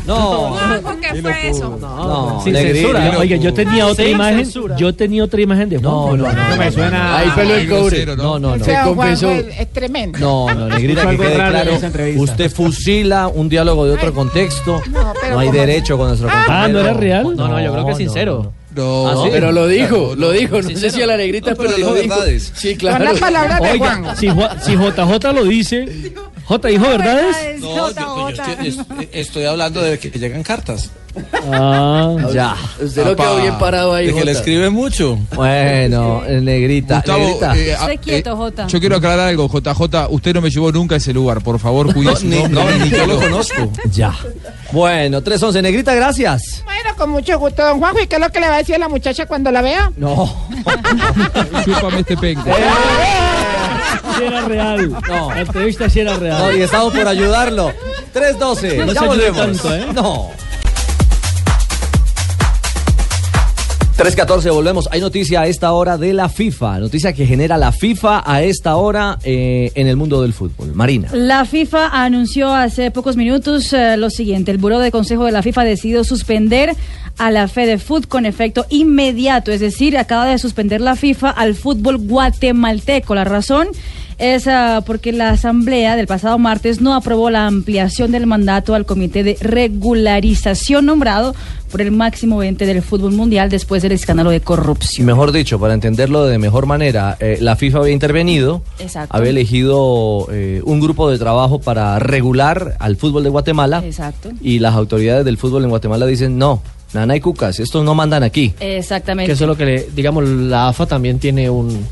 S3: No.
S21: ¿Qué fue eso?
S3: Uh, No,
S19: Sin
S3: le grito.
S19: censura.
S3: No.
S19: Oiga, yo tenía otra
S3: Sin
S19: imagen.
S3: censura.
S19: Yo tenía otra imagen de Juan.
S3: No, no, no.
S19: me suena-
S3: Ahí
S19: pelo
S3: pelo
S19: el
S3: el
S19: cobre.
S3: No, no, no.
S21: O sea, Juan Joel es tremendo.
S3: No, no, Negrita, Escucho que algo quede raro en claro. esa entrevista. Usted fusila un diálogo de otro contexto.
S21: No,
S3: No,
S21: pero
S3: hay
S21: ¿cómo?
S3: derecho con nuestro compañero.
S19: Ah, ¿no era real?
S3: No, no, yo creo que es sincero. No,
S10: Ah, pero lo dijo, lo dijo. No sé si a la negrita, pero, lo dijo. Sí, claro.
S19: Oiga, si, Ju- si JJ lo dice, J dijo verdades.
S22: No, yo, yo estoy, es- estoy hablando de que llegan cartas.
S19: Ah,
S3: ya.
S10: Usted lo quedó bien parado ahí.
S22: De que le
S10: Jota.
S22: escribe mucho.
S3: Bueno, eh, negrita.
S29: Gustavo,
S3: negrita.
S29: eh, ah,
S8: Estoy quieto, Jota.
S29: Yo quiero aclarar algo, JJ, usted no me llevó nunca a ese lugar, por favor, cuide su nombre.
S3: Ya. Bueno, 311, negrita, gracias.
S21: Bueno, con mucho gusto, don Juanjo. ¿Y qué es lo que le va a decir a la muchacha cuando la vea?
S3: No.
S29: Chúpame este penco.
S19: Si era real.
S3: No.
S19: La entrevista sí era real.
S3: No, y estamos por ayudarlo. 312.
S19: No
S3: ya
S19: se ayude
S3: volvemos.
S19: tanto, ¿eh?
S3: No. 314, volvemos. Hay noticia a esta hora de la FIFA. Noticia que genera la FIFA a esta hora eh, en el mundo del fútbol. Marina.
S8: La FIFA anunció hace pocos minutos eh, lo siguiente. El Buró de Consejo de la FIFA decidió suspender a la Food con efecto inmediato. Es decir, acaba de suspender la FIFA al fútbol guatemalteco. La razón es ah, porque la Asamblea del pasado martes no aprobó la ampliación del mandato al Comité de Regularización nombrado por el máximo ente del fútbol mundial después del escándalo de corrupción.
S3: Mejor dicho, para entenderlo de mejor manera, eh, la FIFA había intervenido,
S8: Exacto.
S3: había elegido eh, un grupo de trabajo para regular al fútbol de Guatemala
S8: Exacto.
S3: y las autoridades del fútbol en Guatemala dicen, no, nana y cucas, estos no mandan aquí.
S8: Exactamente.
S3: Que eso es lo
S13: que le, digamos, la AFA también tiene un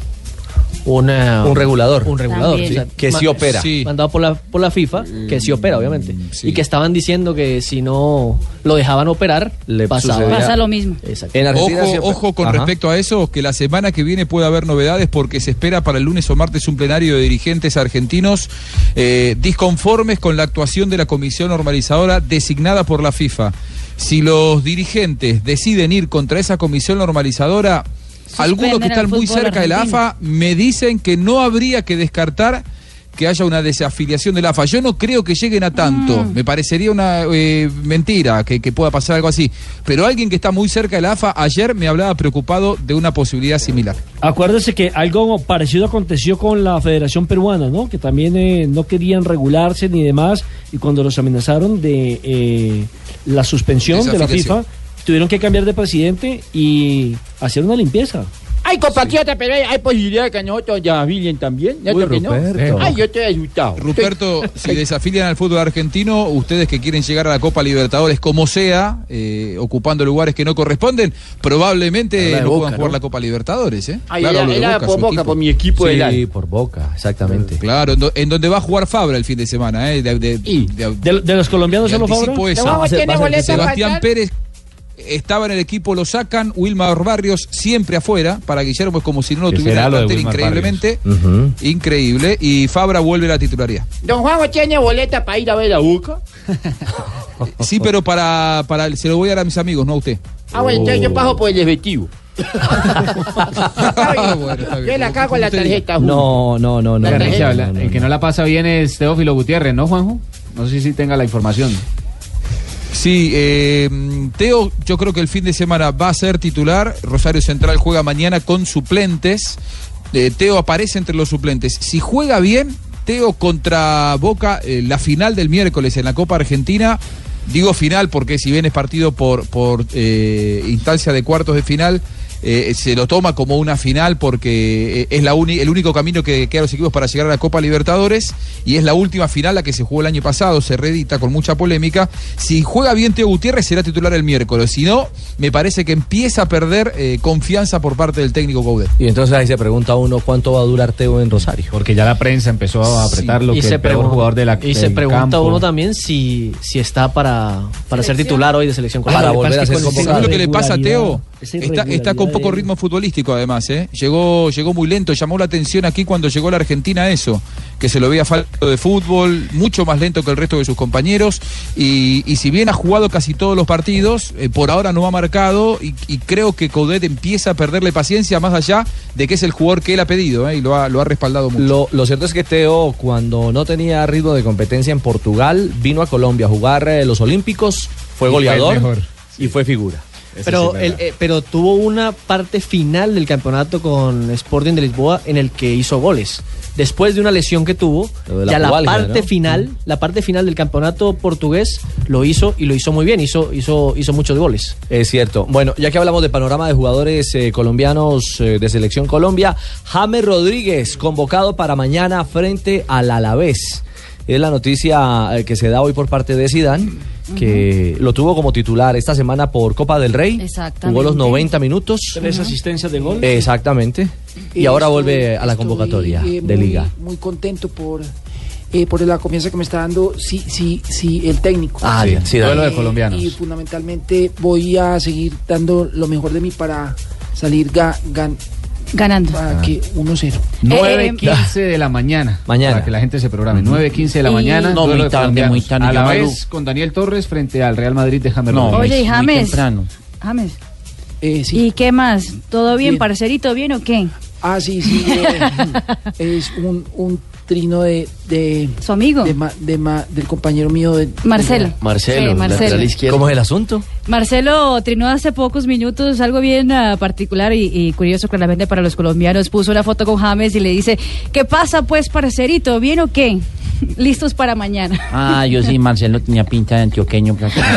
S13: una-
S3: Un regulador.
S13: un regulador
S3: También.
S13: o sea,
S3: Sí, que sí
S13: ma-
S3: opera. Mm, Sí.
S13: mandado por la por la FIFA que sí opera obviamente y que estaban diciendo que si no lo dejaban operar
S3: Le
S13: pasaba
S8: Pasa lo mismo.
S3: En
S13: Argentina
S29: ojo,
S13: siempre-
S29: ojo con
S13: Ajá.
S29: respecto a eso, que la semana que viene puede haber novedades porque se espera para el lunes o martes un plenario de dirigentes argentinos eh, disconformes con la actuación de la comisión normalizadora designada por la FIFA. Si los dirigentes deciden ir contra esa comisión normalizadora, algunos que
S4: al
S29: están muy
S4: fútbol
S29: cerca de la
S4: argentino.
S29: AFA me dicen que no habría que descartar que haya una desafiliación de la AFA. Yo no creo que lleguen a tanto.
S4: Mm.
S29: Me parecería una eh, mentira que, que pueda pasar algo así. Pero alguien que está muy cerca de la AFA ayer me hablaba preocupado de una posibilidad similar.
S19: Acuérdese que algo parecido aconteció con la Federación Peruana, ¿no? Que también eh, no querían regularse ni demás. Y cuando los amenazaron de eh, la suspensión de la
S29: Desafiliación.
S19: FIFA, tuvieron que cambiar Ah, de presidente y hacer una limpieza.
S7: Ay, compatriota, pero hay, hay posibilidad de que nosotros ya afilien también. ¿no?
S29: Uy,
S7: ¿Que no?
S29: Ruperto.
S7: Ay, yo estoy asustado.
S29: Ruperto, si desafilian al fútbol argentino, ustedes que quieren llegar a la Copa Libertadores como sea, eh, ocupando lugares que no corresponden, probablemente
S3: Habla de
S29: no
S3: Boca,
S29: puedan jugar
S3: ¿no?
S29: la Copa Libertadores. ¿eh?
S7: Ay,
S29: Claro,
S7: era-
S29: hablo de
S7: era por
S29: su
S7: Boca, por mi equipo del
S29: Sí,
S7: alma.
S3: por Boca, exactamente.
S29: Claro, en, do- en donde va a jugar Fabra el fin de semana. ¿eh? De, de- de-
S19: los colombianos
S29: de
S19: solo Fabra?
S29: anticipo
S19: ¿De
S29: esa.
S19: Guagua tiene
S29: Sebastián
S19: boleto para
S29: Sebastián
S19: entrar?
S29: Pérez estaba en el equipo, lo sacan. Wilmar Barrios siempre afuera. Para Guillermo es como si no lo
S4: ¿Qué
S29: tuviera
S4: será
S29: en
S4: lo
S29: el
S4: de
S29: plantel,
S4: Wilmar
S29: increíblemente. Increíble. Y Fabra vuelve a la titularía.
S7: Don Juanjo tiene boleta para ir a ver a Boca.
S29: Sí, pero para, para el- se lo voy a dar a mis amigos, no a usted.
S7: Ah, bueno, entonces
S4: Oh.
S7: yo paso por el efectivo.
S3: Ah,
S7: Yo la cago en la
S19: Ah,
S7: tarjeta. Ju.
S3: No, no, no, no.
S7: La
S3: no,
S7: tarjeta.
S3: no,
S7: La-
S3: no,
S12: El que no la pasa bien es Teófilo Gutiérrez, ¿no, Juanjo? No sé si tenga la información.
S29: Sí, eh, Teo, yo creo que el fin de semana va a ser titular. Rosario Central juega mañana con suplentes. Eh, Teo aparece entre los suplentes. Si juega bien, Teo contra Boca, eh, la final del miércoles en la Copa Argentina. Digo final porque si bien es partido por, por eh, instancia de cuartos de final, eh, se lo toma como una final porque eh, es la uni- el único camino que queda a los equipos para llegar a la Copa Libertadores y es la última final la que se jugó el año pasado, se reedita con mucha polémica. Si juega bien Teo Gutiérrez será titular el miércoles, si no, me parece que empieza a perder eh, confianza por parte del técnico Goudet.
S3: Y entonces ahí se pregunta uno cuánto va a durar Teo en Rosario. Porque ya la prensa empezó
S29: a apretar
S3: lo
S13: y se pregun- y se pregunta
S3: campo.
S13: uno también si si está para para ser titular hoy de selección
S3: Para volver a ser
S29: ¿Sabes lo que le pasa a Teo?
S19: Esa
S29: Está, está
S19: irregularidad
S29: con poco
S19: de-
S29: ritmo futbolístico además, ¿eh? Llegó, llegó muy lento, llamó la atención aquí cuando llegó la Argentina eso, que se lo veía falto de fútbol, mucho más lento que el resto de sus compañeros, y, y si bien ha jugado casi todos los partidos, eh, por ahora no ha marcado, y, y creo que Coudet empieza a perderle paciencia más allá de que es el jugador que él ha pedido, ¿eh? y lo ha, lo ha respaldado mucho.
S3: Lo, lo cierto es que Teo, cuando no tenía ritmo de competencia en Portugal, vino a Colombia a jugar eh, los Olímpicos, fue
S13: Y fue el
S3: goleador
S13: mejor.
S3: y fue figura.
S13: Pero,
S3: el-
S13: él, eh, pero tuvo una parte final del campeonato con Sporting de Lisboa en el que hizo goles. Después de una lesión que tuvo,
S3: Lo de la
S13: ya la
S3: pubalgia,
S13: parte
S3: ¿no? Mm.
S13: final, la parte final del campeonato portugués lo hizo y lo hizo muy bien, hizo, hizo, hizo muchos goles.
S3: Es cierto. Bueno, ya que hablamos de panorama de jugadores eh, colombianos eh, de Selección Colombia, James Rodríguez, convocado para mañana frente al Alavés. Es la noticia eh, que se da hoy por parte de Sidán, que lo tuvo como titular esta semana por Copa del Rey.
S8: Exactamente.
S3: Jugó los 90 minutos.
S19: Tres asistencias de gol.
S3: Exactamente. Y
S15: Eh,
S3: ahora
S15: estoy-
S3: vuelve a la
S15: estoy,
S3: convocatoria
S15: eh,
S3: de
S15: muy-
S3: Liga.
S15: Muy contento por, eh, por la confianza que me está dando, sí, sí, sí, el técnico.
S3: Ah,
S15: Sí.
S3: bien, sí, duelo de colombianos.
S15: Y fundamentalmente voy a seguir dando lo mejor de mí para salir ga- gan-
S8: ganando.
S15: que
S3: Ah.
S15: 1-0.
S13: Eh,
S12: 9.15 de la mañana.
S3: Mañana.
S12: Para que la gente se programe.
S19: Mm.
S12: 9.15 de la
S15: Y-
S12: mañana.
S15: No,
S12: duelo
S15: muy
S12: de
S15: tarde,
S12: colombianos.
S15: muy tarde,
S12: A la
S15: ya
S12: vez
S15: madru-
S12: con Daniel Torres frente al Real Madrid de James
S15: No,
S12: Rodríguez.
S8: Oye, y James.
S12: temprano.
S8: James.
S15: Eh, sí.
S8: ¿Y qué más? ¿Todo bien,
S15: Bien.
S8: parcerito? ¿Bien o qué?
S15: Ah, sí, sí. eh, es un, un trino de, de.
S8: ¿Su amigo?
S15: De, ma- de ma- del compañero mío. De,
S8: Marcelo.
S15: Marcelo,
S8: Sí, Marcelo. lateral izquierdo.
S3: ¿Cómo es el asunto?
S8: Marcelo trinó hace pocos minutos algo bien ah, particular y, y curioso claramente para los colombianos. Puso una foto con James y le dice, ¿qué pasa pues, parcerito? ¿Bien o qué? Listos para mañana.
S18: Ah, yo sí, Marcelo tenía pinta de antioqueño.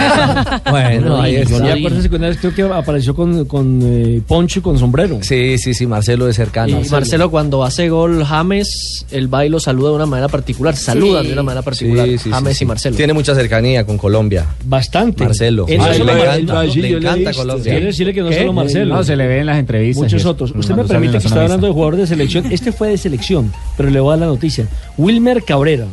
S19: Bueno,
S18: Bueno, ahí
S19: yo
S18: está.
S19: lo vi. Acuérdense que una vez creo que apareció con, con eh, poncho y con sombrero.
S3: Sí, sí, sí, Marcelo de cercano.
S13: Y Marcelo cuando hace gol James, el va y lo saluda de una manera particular, saluda de una manera particular
S3: Sí, sí, sí,
S13: James
S3: sí.
S13: y Marcelo.
S3: Tiene mucha cercanía con Colombia.
S19: Bastante.
S3: Marcelo.
S19: Él
S3: Sí,
S19: no solo
S3: le
S19: Mar-
S3: encanta,
S19: él va a decir,
S3: le
S19: yo le he
S3: encanta
S19: visto.
S3: Colombia.
S19: Quiere decirle que no
S12: ¿Qué?
S19: solo Marcelo.
S12: No, se le ve en las entrevistas.
S19: Muchos
S12: Eso,
S19: otros. Usted
S12: cuando
S19: me
S12: sale en
S19: permite
S12: la
S19: que
S12: zona
S19: está hablando
S12: mixta.
S19: de jugador de selección. Este fue de selección, pero le voy a dar la noticia. Wilmer Cabrera.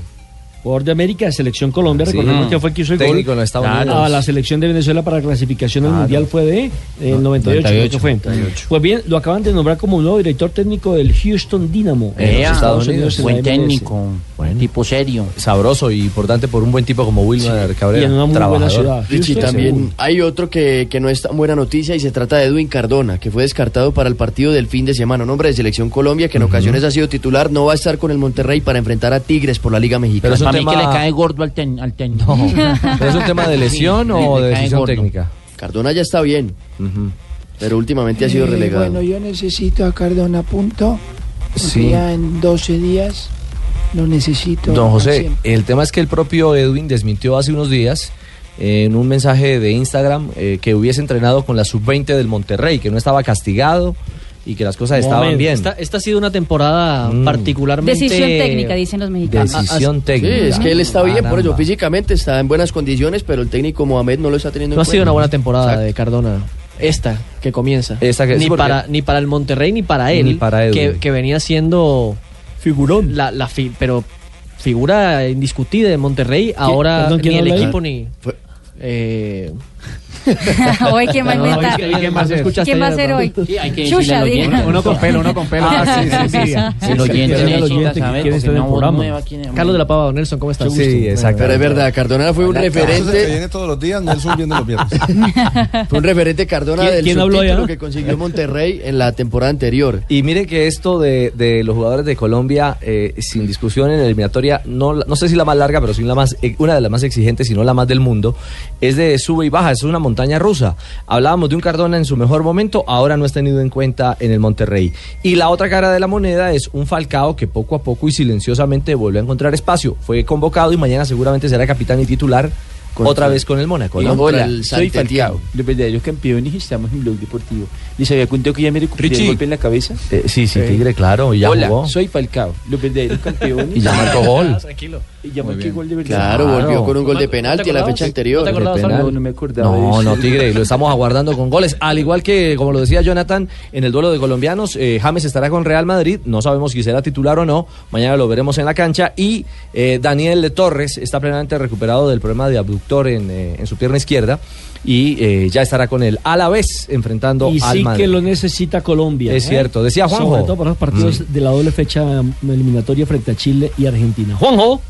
S19: Jugador de América, de Selección Colombia,
S3: Sí.
S19: recordemos que fue el que hizo el
S3: Técnico en
S19: gol
S3: los Estados
S19: a
S3: Unidos.
S19: la selección de Venezuela para la clasificación al
S3: Claro.
S19: Mundial fue de eh, el 98, creo que fue.
S18: 98.
S19: Pues bien, lo acaban de nombrar como nuevo director técnico del Houston Dynamo en los
S18: Ea,
S19: Estados Unidos. en la
S18: Buen
S19: MLS.
S18: técnico. Tipo serio.
S3: Sabroso y importante por un buen tipo como Wilmer Cabrera. trabajador.
S10: Richie, también hay otro que, que no es tan buena noticia y se trata de Edwin Cardona, que fue descartado para el partido del fin de semana. Un hombre de Selección Colombia que en ocasiones ha sido titular, no va a estar con el Monterrey para enfrentar a Tigres por la Liga Mexicana.
S18: para mí que le cae gordo al, ten, al técnico.
S10: ¿Es un tema de lesión o de decisión
S3: técnica?
S10: Cardona ya está bien, pero últimamente ha sido
S15: Eh,
S10: relegado.
S15: bueno, yo necesito a Cardona punto. porque
S3: Sí.
S15: Ya en 12 días lo necesito.
S3: Don
S15: al
S3: José,
S15: 100.
S3: el tema es que el propio Edwin desmintió hace unos días eh, en un mensaje de Instagram eh, que hubiese entrenado con la sub-20 del Monterrey, que no estaba castigado y que las cosas estaban
S13: Momento.
S3: bien. Mm.
S13: Esta, esta ha sido una temporada particularmente...
S8: Decisión técnica, dicen los mexicanos.
S3: Decisión técnica.
S10: Sí, es que él está bien, por eso
S3: Caramba.
S10: físicamente está en buenas condiciones, pero el técnico Mohamed no lo está teniendo en
S13: No ha sido
S10: cuenta.
S13: una buena temporada de Cardona. Esta que comienza.
S3: Esta que-
S13: ni,
S3: sí, porque-
S13: para, ni para el Monterrey ni para él.
S3: Ni para Edwin.
S13: que, que venía siendo. Figurón. La, la fi- pero figura indiscutida de Monterrey. Ahora
S19: Perdón, ¿quién
S13: ni el
S19: habla ahí?
S13: equipo ni. Eh,
S8: Hoy qué mal
S13: No, no,
S8: inventa.
S13: ¿y qué- y qué más escuchaste
S8: ¿Quién va a
S13: ayer,
S8: ser
S13: no?
S8: hoy?
S13: Sí, hay que decirle
S8: Chucha,
S13: al oyente.
S8: diga.
S13: Uno con pelo, uno con pelo. Ah, sí, sí, sí. Sí, el oyente Quiero necesita oyente que saber, quiere porque estar en no el programa. nueva aquí en el- Carlos de la Pava, Nelson, ¿cómo estás?
S3: Sí, exacto.
S10: Pero es verdad, Cardona fue un
S3: Eso es el que
S10: referente.
S3: viene todos los días, Nelson viene los viernes.
S10: Fue un referente Cardona
S3: ¿Quién-
S10: del
S3: quién habló
S10: subtítulo
S3: allá?
S10: que consiguió Monterrey en la temporada anterior.
S3: Y mire que esto de, de los jugadores de Colombia, eh, sin discusión en la eliminatoria, no, la- no sé si la más larga, pero sí la más, eh, una de las más exigentes, si no la más del mundo, es de sube y baja, es una montaña rusa. Hablábamos de un Cardona en su mejor momento, ahora no es tenido en cuenta en el Monterrey. Y la otra cara de la moneda es un Falcao que poco a poco y silenciosamente vuelve a encontrar espacio. Fue convocado y mañana seguramente será capitán y titular otra vez con el Mónaco. ¿no?
S18: Hola, soy Falcao. Los verdaderos campeones estamos en Blog Deportivo. ¿Les había contado que ya me recuperé
S3: Richie.
S18: el golpe en la cabeza?
S3: Eh, sí, sí, Tigre, claro, y ya
S18: Hola,
S3: jugó.
S18: soy Falcao. Los verdaderos campeones.
S3: Y ya marcó gol.
S18: Tranquilo.
S7: ya marqué gol de verdad.
S10: Claro, volvió con un gol de
S3: ¿No te
S10: penalti en la
S3: acordabas?
S10: fecha anterior.
S3: ¿No te acordabas,
S10: De penal.
S3: Fabio?
S7: No me acordaba.
S3: No, no, Tigre, lo estamos aguardando con goles. Al igual que, como lo decía Jonathan, en el duelo de colombianos, eh, James estará con Real Madrid. No sabemos si será titular o no. Mañana lo veremos en la cancha. Y eh, Daniel Torres está plenamente recuperado del problema de abductor en, eh, en su pierna izquierda. Y eh, ya estará con él a la vez enfrentando
S19: Y
S3: al
S19: sí
S3: Madrid.
S19: que lo necesita Colombia. ¿eh?
S3: Es cierto. Decía Juanjo.
S19: Sobre todo para los partidos de la doble fecha mm, eliminatoria frente a Chile y Argentina. Juanjo.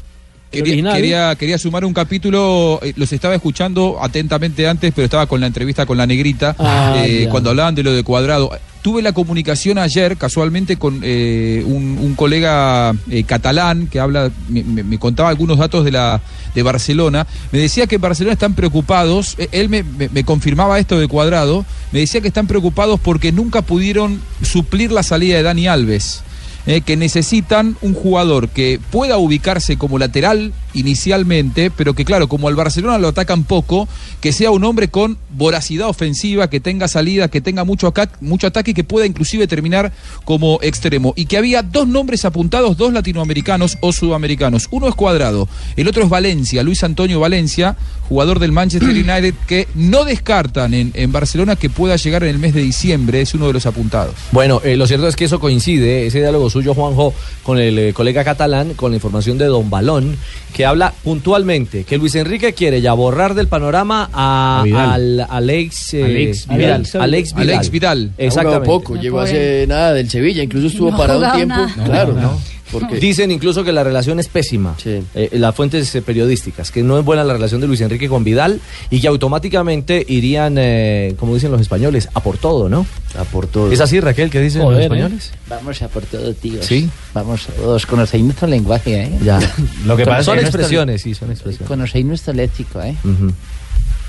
S29: Quería, quería, quería sumar un capítulo, eh, los estaba escuchando atentamente antes, pero estaba con la entrevista con la negrita,
S22: Ah,
S29: eh,
S22: ya.
S29: cuando hablaban de lo de cuadrado. Tuve la comunicación ayer casualmente con eh, un, un colega eh, catalán que habla, me, me- me contaba algunos datos de la de Barcelona. Me decía que en Barcelona están preocupados, eh, él me, me- me confirmaba esto de cuadrado, me decía que están preocupados porque nunca pudieron suplir la salida de Dani Alves eh, que necesitan un jugador que pueda ubicarse como lateral inicialmente, pero que claro, como al Barcelona lo atacan poco, que sea un hombre con voracidad ofensiva, que tenga salida, que tenga mucho, aca- mucho ataque y que pueda inclusive terminar como extremo. Y que había dos nombres apuntados, dos latinoamericanos o sudamericanos. Uno es Cuadrado, el otro es Valencia, Luis Antonio Valencia, jugador del Manchester United, que no descartan en, en Barcelona que pueda llegar en el mes de diciembre, es uno de los apuntados.
S3: Bueno, eh, lo cierto es que eso coincide, ese diálogo suyo, Juanjo, con el eh, colega catalán, con la información de Don Balón, que habla puntualmente que Luis Enrique quiere ya borrar del panorama a,
S10: A Vidal.
S3: al, al ex, eh,
S10: Alex Vidal.
S3: Vidal. Alex Vidal.
S10: Alex Vidal. Ha jugado
S3: Exactamente.
S10: poco, llegó hace nada del Sevilla, incluso estuvo
S3: No ha
S10: parado un
S3: jugado
S10: tiempo.
S3: nada.
S10: Claro,
S3: No, no. Dicen incluso que la relación es pésima. Eh, las fuentes eh, periodísticas, que no es buena la relación de Luis Enrique con Vidal y que automáticamente irían, eh, como dicen los españoles, a por todo, ¿no?
S7: A por todo.
S3: ¿Es así, Raquel, que dicen los españoles?
S7: Vamos a por todo, tíos.
S3: Sí.
S7: Vamos a todos. Conocéis nuestro lenguaje, ¿eh?
S3: Ya. Lo que pasa
S7: Conocéis
S3: son
S7: nuestro-
S3: expresiones, sí, son expresiones.
S7: Conocéis nuestro léxico, ¿eh?
S3: Ujú.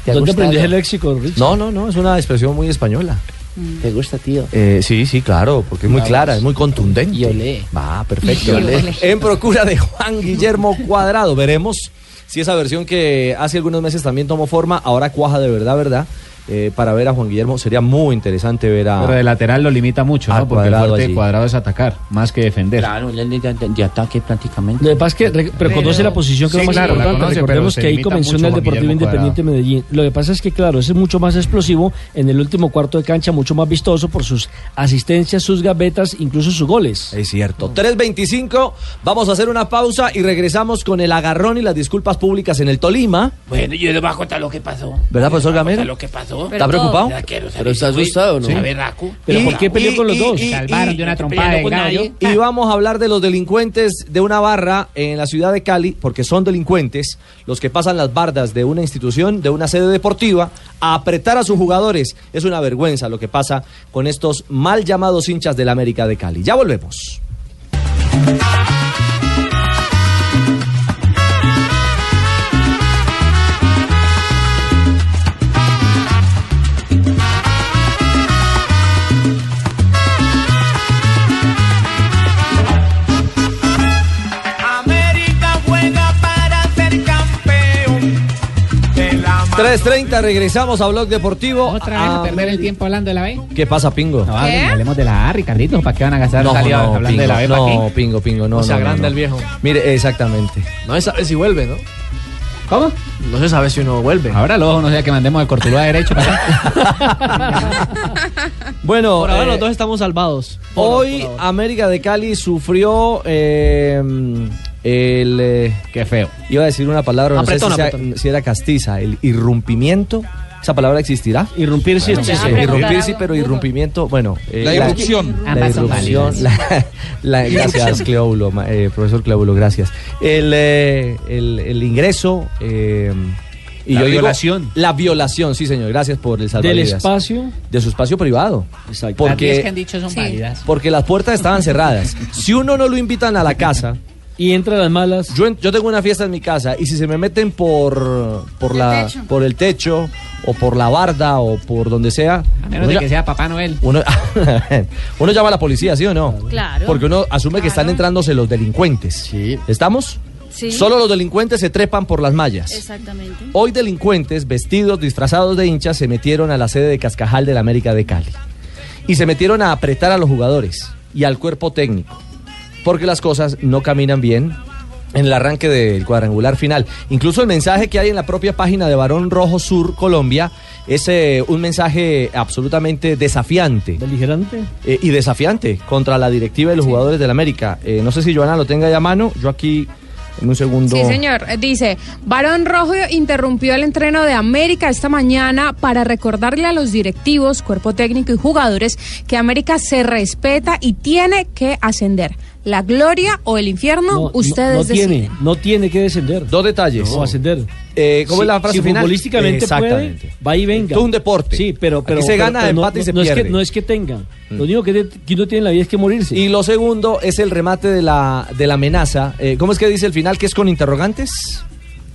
S7: ¿Te ha ¿Dónde gustado? aprendiste el
S19: léxico,
S3: No, no, no, es una expresión muy española.
S7: Mm. ¿Te gusta, tío?
S3: Eh, sí, sí, claro, porque es muy clara, es muy contundente. Y olé. Ah, perfecto.
S7: Y olé.
S3: En procura de Juan Guillermo Cuadrado, veremos si esa versión que hace algunos meses también tomó forma, ahora cuaja de verdad, ¿verdad? Eh, para ver a Juan Guillermo sería muy interesante ver a...
S12: Pero
S19: Ah.
S12: de lateral lo limita mucho,
S3: Ah,
S12: ¿no? Porque el
S3: Cuadrado
S12: fuerte de
S3: allí.
S12: cuadrado es atacar, más que defender.
S7: Claro, la ley de, de ataque prácticamente.
S19: Lo que pasa es que re- pero conoce la posición que
S7: Sí,
S19: es lo más
S7: claro, la
S19: importante.
S7: conoce,
S19: Recordemos
S7: pero se
S19: que ahí
S7: limita
S19: comenzó en
S7: mucho
S19: el
S7: Juan
S19: Deportivo
S7: Guillermo
S19: Independiente de Medellín. Lo que pasa es que, claro, ese es mucho más explosivo en el último cuarto de cancha, mucho más vistoso por sus asistencias, sus gavetas, incluso sus goles.
S3: Es cierto. 3.25, vamos a hacer una pausa y regresamos con el agarrón y las disculpas públicas en el Tolima.
S26: Bueno, yo les voy a contar lo que pasó.
S3: ¿Verdad, profesor Gamero?
S26: Lo que pasó.
S3: ¿Está preocupado?
S26: Ya quiero saber
S3: Pero está
S26: si fui-
S3: asustado, ¿no?
S26: si fue berraco.
S3: ¿Pero por qué peleó con los dos?
S26: Salvaron de una trompada de gallo.
S3: Y vamos a hablar de los delincuentes de una barra en la ciudad de Cali, porque son delincuentes los que pasan las bardas de una institución, de una sede deportiva, a apretar a sus jugadores. Es una vergüenza lo que pasa con estos mal llamados hinchas del América de Cali. Ya volvemos.
S4: América juega para ser campeón.
S3: 3.30, regresamos a Blog Deportivo. Ah,
S13: Otra vez a perder el tiempo hablando de la B.
S3: ¿Qué pasa, Pingo?
S12: Ah,
S13: No, ¿Qué?
S3: hablemos de la A, Ricardito, ¿para qué van a gastar
S12: salidas hablando de la B, ¿para
S3: No,
S12: qué?
S3: Pingo, Pingo, no. O sea, no, no, grande no. el viejo. Mire, exactamente. No se sabe si vuelve, ¿no? ¿Cómo? No se sabe si uno vuelve.
S12: Ahora lo no sea que mandemos al Cortuluá derecho para acá.
S3: Bueno, Por ahora los dos estamos salvados. hoy América de Cali sufrió eh, el... eh, Qué feo. Iba a decir una palabra, no Apretón, sé si, sea- apretón. si era castiza, el irrumpimiento. ¿Esa palabra existirá? Irrumpir sí existe. Irrumpir sí, Apretado. pero irrumpimiento, bueno. eh, La irrupción. La
S13: Ambas son
S3: irrupción.
S13: válidas.
S3: la- la- gracias,
S13: Irrupción.
S3: Cleóbulo, ma- eh, profesor Cleóbulo, gracias. El, eh, el, el ingreso... eh,
S12: La
S3: digo-
S12: violación.
S3: la violación, sí señor, gracias por el salvavidas.
S19: espacio?
S3: De su espacio privado.
S13: Las que
S3: Porque
S13: han dicho son válidas.
S3: porque las puertas estaban cerradas. Si uno no lo invitan a la casa.
S19: Y entra las malas.
S3: Yo, en- yo tengo una fiesta en mi casa y si se me meten por, por, la,
S13: techo.
S3: por el techo o por la barda o por donde sea.
S13: A menos de
S3: uno
S13: que
S3: ya-
S13: sea Papá Noel.
S3: uno, uno llama a la policía, ¿sí o no?
S13: Claro.
S3: Porque uno asume que están entrándose los delincuentes. ¿Estamos?
S9: Sí.
S3: Solo los delincuentes se trepan por las mallas.
S9: Exactamente.
S3: Hoy delincuentes vestidos, disfrazados de hinchas, se metieron a la sede de Cascajal de la América de Cali. Y se metieron a apretar a los jugadores y al cuerpo técnico. Porque las cosas no caminan bien en el arranque del cuadrangular final. Incluso el mensaje que hay en la propia página de Barón Rojo Sur Colombia es eh, un mensaje absolutamente desafiante. Eh,
S19: ¿Beligerante?
S3: y desafiante contra la directiva de los jugadores del América. Eh, no sé si Joana lo tenga ya a mano. Yo aquí, en un segundo.
S9: Sí, señor. Eh, Dice, Barón Rojo interrumpió el entreno de América esta mañana para recordarle a los directivos, cuerpo técnico y jugadores que América se respeta y tiene que ascender. La gloria o el infierno, ustedes
S19: no
S9: deciden.
S19: tiene, no tiene que descender.
S3: Dos detalles.
S19: No, ascender.
S3: Eh, ¿cómo
S19: Si-
S3: es la frase
S19: si
S3: final?
S19: futbolísticamente
S3: Exactamente.
S19: puede, va y venga.
S3: Esto es un deporte.
S19: Sí, pero,
S3: Aquí
S19: pero
S3: se gana,
S19: no-
S3: empate y
S19: no-
S3: se
S19: no Es
S3: pierde. Mm.
S19: que, no es que tengan. Lo único que, de- que uno tiene en la vida es que morirse.
S3: Y lo segundo es el remate de la, de la amenaza. Eh, ¿Cómo es que dice el final que es con interrogantes?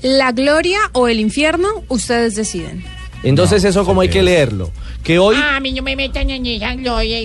S9: La gloria o el infierno, ustedes deciden.
S3: Entonces eso como hay que leerlo. Que hoy...
S30: A mí no me metan en esa gloria.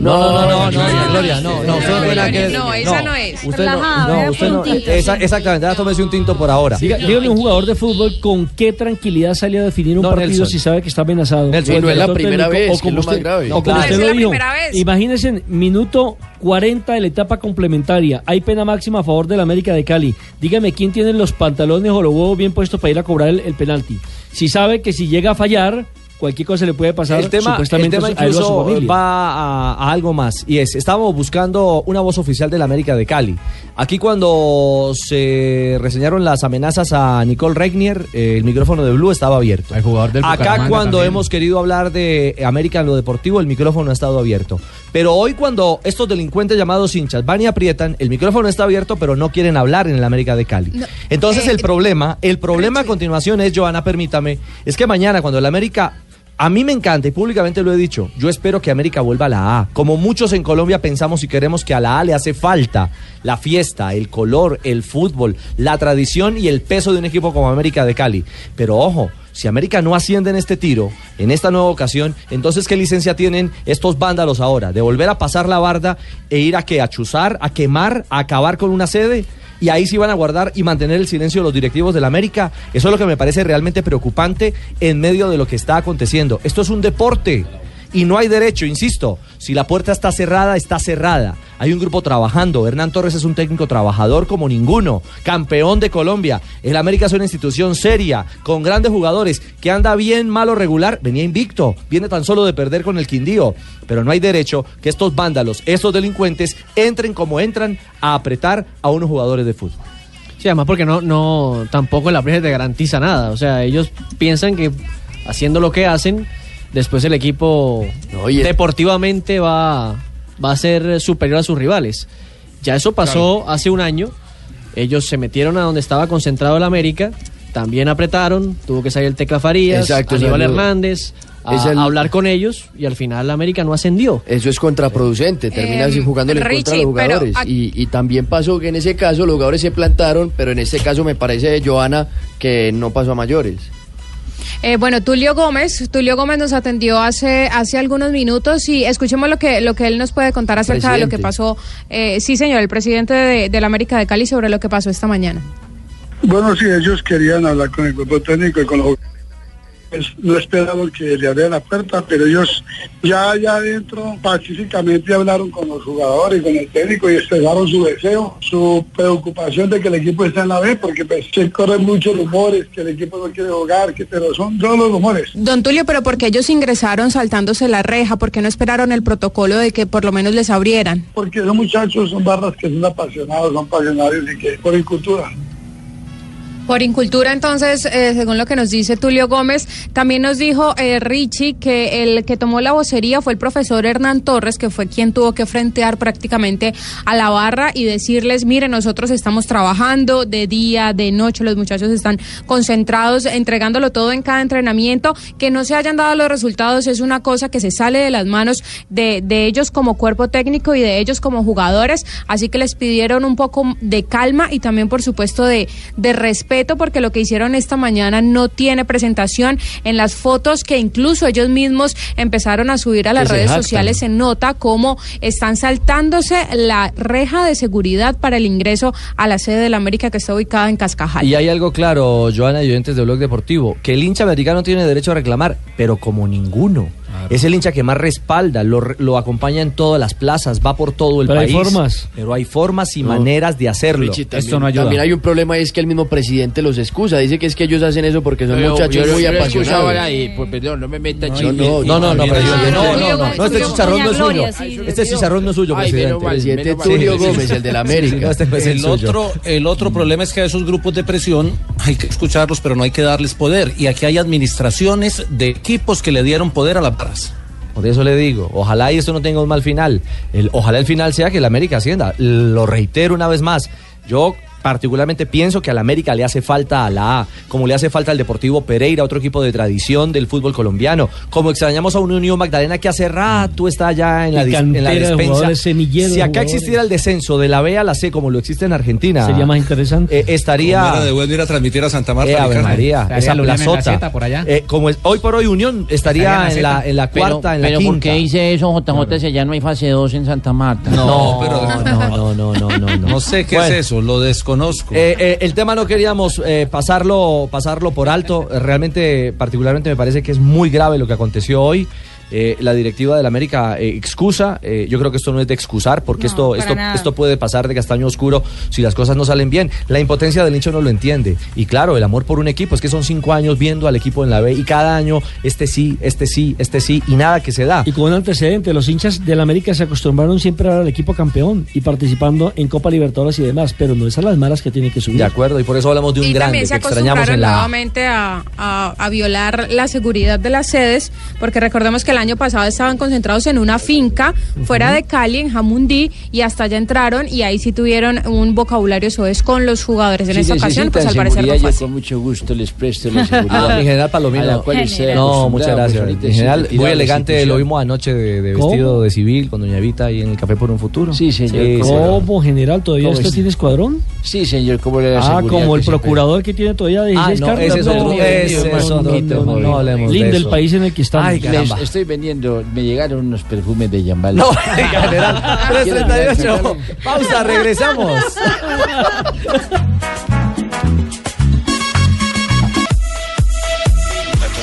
S3: No, no, no, no, no, Gloria, no, no, usted no tiene nada que ver.
S30: No, esa no es.
S3: Usted no,
S30: Relajada,
S3: no,
S30: vea,
S3: usted no-
S30: puntito.
S3: esa- exactamente, ahora tómese un tinto por ahora.
S19: Diga- dígame un jugador de fútbol con qué tranquilidad sale a definir un
S3: No,
S19: partido
S3: Nelson.
S19: si sabe que está amenazado.
S3: Nelson,
S19: El
S3: no es la
S19: director
S3: primera vez,
S19: o
S3: que es
S19: como
S3: lo más
S19: usted-
S3: grave.
S19: o
S3: No,
S19: como
S3: claro.
S19: usted
S3: Es
S19: lo
S3: la
S19: dijo.
S3: primera vez.
S19: Imagínense, minuto 40 de la etapa complementaria. Hay pena máxima a favor del América de Cali. Dígame quién tiene los pantalones o los huevos bien puestos para ir a cobrar el, el penalti. Si sabe que si llega a fallar, cualquier cosa le puede pasar.
S3: El tema, el
S19: supuestamente
S3: tema
S19: a él o a su
S3: incluso
S19: familia.
S3: va a, a algo más y es, estábamos buscando una voz oficial de la América de Cali. Aquí cuando se reseñaron las amenazas a Nicole Regnier, eh, el micrófono de Blue estaba abierto. El jugador
S30: del
S3: Acá
S30: Bucaramanga
S3: cuando
S30: también.
S3: hemos querido hablar de eh, América en lo deportivo, el micrófono ha estado abierto. Pero hoy cuando estos delincuentes llamados hinchas van y aprietan, el micrófono está abierto pero no quieren hablar en el América de Cali.
S30: No,
S3: Entonces
S30: eh,
S3: el problema, el problema a continuación es, Joana, permítame, es que mañana cuando el América, a mí me encanta y públicamente lo he dicho, yo espero que América vuelva a la A. Como muchos en Colombia pensamos y queremos que a la A le hace falta la fiesta, el color, el fútbol, la tradición y el peso de un equipo como América de Cali. Pero ojo. Si América no asciende en este tiro, en esta nueva ocasión, entonces ¿qué licencia tienen estos vándalos ahora? ¿De volver a pasar la barda e ir a que a chuzar, a quemar, a acabar con una sede? y ahí sí van a guardar y mantener el silencio de los directivos del América. Eso es lo que me parece realmente preocupante en medio de lo que está aconteciendo. Esto es un deporte y no hay derecho, insisto. Si la puerta está cerrada, está cerrada. Hay un grupo trabajando. Hernán Torres es un técnico trabajador como ninguno, campeón de Colombia. El América es una institución seria, con grandes jugadores, que anda bien, malo, regular. Venía invicto, viene tan solo de perder con el Quindío. Pero no hay derecho que estos vándalos, estos delincuentes, entren como entran a apretar a unos jugadores de fútbol.
S13: Sí, además porque no, no, tampoco la prensa te garantiza nada. O sea, ellos piensan que haciendo lo que hacen, después el equipo
S10: y el-
S13: deportivamente va, va a ser superior a sus rivales. Ya eso pasó hace un año. Ellos se metieron a donde estaba concentrado el América, también apretaron, tuvo que salir el Tecla Farías,
S10: Exacto,
S13: Aníbal
S10: salió-
S13: Hernández, a,
S10: Es el-
S13: a hablar con ellos y al final la América no ascendió.
S10: Eso es contraproducente, termina así
S13: Em,
S10: jugándole en contra a los
S13: Richie, pero
S10: jugadores.
S13: ac-
S10: Y, y también pasó que en ese caso los jugadores se plantaron, pero en este caso me parece, Joana, que no pasó a mayores.
S9: Eh, bueno, Tulio Gómez, Tulio Gómez nos atendió hace, hace algunos minutos y escuchemos lo que, lo que él nos puede contar acerca de lo que
S10: Presidente.
S9: pasó, eh, sí señor, el presidente de, de la América de Cali sobre lo que pasó esta mañana.
S31: Bueno, sí, ellos querían hablar con el cuerpo técnico y con los jugadores. Pues, no esperaban que le abrieran la puerta, pero ellos ya allá adentro pacíficamente hablaron con los jugadores, con el técnico y expresaron su deseo, su preocupación de que el equipo está en la B, porque pues se corren muchos rumores, que el equipo no quiere jugar, que pero son todos los rumores.
S9: Don Tulio, pero porque ellos ingresaron saltándose la reja, porque no esperaron el protocolo de que por lo menos les abrieran.
S31: Porque esos muchachos son barras que son apasionados, son pasionarios y que por cultura.
S9: Por incultura, entonces, eh, según lo que nos dice Tulio Gómez, también nos dijo eh, Richie que el que tomó la vocería fue el profesor Hernán Torres, que fue quien tuvo que frentear prácticamente a la barra y decirles, mire, nosotros estamos trabajando de día, de noche, los muchachos están concentrados, entregándolo todo en cada entrenamiento, que no se hayan dado los resultados es una cosa que se sale de las manos de, de ellos como cuerpo técnico y de ellos como jugadores, así que les pidieron un poco de calma y también por supuesto de, de respeto porque lo que hicieron esta mañana no tiene presentación en las fotos que incluso ellos mismos empezaron a subir a las
S7: Que se
S9: redes
S7: jactan.
S9: sociales se nota cómo están saltándose la reja de seguridad para el ingreso a la sede de la América que está ubicada en Cascajal.
S3: Y hay algo claro, Joana y oyentes de Blog Deportivo, que el hincha americano tiene derecho a reclamar, pero como ninguno. Es el hincha que más respalda, lo, re- lo acompaña en todas las plazas, va por todo el
S10: Pero hay
S3: país.
S10: formas.
S3: Pero hay formas y maneras de hacerlo.
S10: Richie, también, También hay un problema y es que el mismo presidente los excusa. Dice que es que ellos hacen eso porque son
S7: Yo-
S10: muchachos
S7: yo-
S10: muy
S7: yo lo he escuchado
S10: apasionados.
S7: ahora y, pues, perdón, no me meta
S10: No,
S7: chisme.
S10: no, no, no, no, presidente, no, no, no, no, este chicharrón no es suyo. Este chicharrón no es suyo,
S7: Ay,
S10: presidente.
S7: menos mal,
S10: Presidente
S7: menos mal.
S10: Tulio Gómez, el de la América.
S22: Sí, no, este no es el suyo. otro, el
S3: Mm.
S22: otro problema es que a esos grupos de presión hay que escucharlos, pero no hay que darles poder. Y aquí hay administraciones de equipos que le dieron poder a la paz.
S3: Por eso le digo, ojalá y esto no tenga un mal final. El- ojalá el final sea que la América ascienda. Lo reitero una vez más. Yo particularmente pienso que a la América le hace falta a la A, como le hace falta al Deportivo Pereira, otro equipo de tradición del fútbol colombiano, como extrañamos a un Unión Magdalena que hace rato está allá en la,
S19: Y
S3: dis- en la
S19: cantera de
S3: despensa.
S19: jugadores, semillero
S3: Si
S19: de
S3: acá
S19: jugadores.
S3: existiera el descenso de la B a la C como lo existe en Argentina,
S19: Sería más interesante.
S3: eh, estaría...
S22: Era de vuelta ir a transmitir a Santa Marta.
S3: Eh, Ave
S22: Ricardo.
S3: María, esa plazota. Eh, como es, hoy por hoy Unión estaría, en, la, en la cuarta, en la
S26: pero
S3: quinta.
S26: ¿por qué dice eso, JJ, si allá no hay fase 2 en Santa Marta?
S3: No, no, no, no, no, no, no.
S22: sé qué
S3: Bueno.
S22: es eso, lo desconozco.
S3: Eh, eh, el tema no queríamos eh, pasarlo, pasarlo por alto. Realmente, particularmente me parece que es muy grave lo que aconteció hoy. Eh, la directiva del América eh, excusa. eh, yo creo que esto no es de excusar, porque esto,
S32: para
S3: esto,
S32: nada.
S3: esto puede pasar de castaño oscuro si las cosas no salen bien. La impotencia del hincha no lo entiende. Y claro, el amor por un equipo. Es que son cinco años viendo al equipo en la B y cada año este sí, este sí, este sí y nada que se da.
S19: Y con un antecedente, los hinchas del América se acostumbraron siempre a ver al equipo campeón y participando en Copa Libertadores y demás, pero no es a las malas que tiene que subir.
S3: De acuerdo, y por eso hablamos de un
S19: Y
S3: grande
S19: también
S3: que
S19: se
S3: extrañamos en
S9: acostumbraron
S3: la A.
S9: nuevamente a, a- a violar la seguridad de las sedes, porque recordemos que el año pasado estaban concentrados en una finca fuera de Cali, en Jamundí, y hasta allá entraron y ahí sí tuvieron un vocabulario soez con los jugadores. En
S7: Si
S9: esta ocasión,
S7: necesitan
S9: pues al parecer no
S7: seguridad,
S9: fue
S7: yo
S9: así.
S7: con mucho gusto les presto la seguridad.
S3: Ah, mi general Palomino.
S7: A la cual ustedes
S3: No,
S7: acostumbrados,
S3: muchas gracias.
S7: ahorita
S3: Mi
S7: es
S3: general,
S7: inolvidable
S3: muy
S7: la
S3: elegante, lo
S7: situación.
S3: vimos anoche de, de
S19: ¿Cómo?
S3: vestido de civil con Doña Evita ahí en el Café por un Futuro. Sí,
S7: señor.
S19: ¿Cómo, general? ¿Todavía
S3: ¿Cómo
S19: usted
S3: es?
S19: tiene escuadrón?
S7: Sí, señor, como
S3: la
S19: Ah,
S3: seguridad
S19: como el
S3: que se
S19: procurador que tiene todavía 16
S3: Ah, no,
S19: cartas.
S3: ese es otro-
S19: No,
S3: ese
S19: no,
S3: es
S19: no,
S3: otro
S19: no,
S3: tema,
S19: no,
S3: no hablemos
S19: Lindo
S3: de
S19: el
S3: eso.
S19: país en el que estamos.
S7: Les estoy vendiendo, me llegaron unos perfumes de Yambal.
S3: No, general, 338. Pausa, regresamos.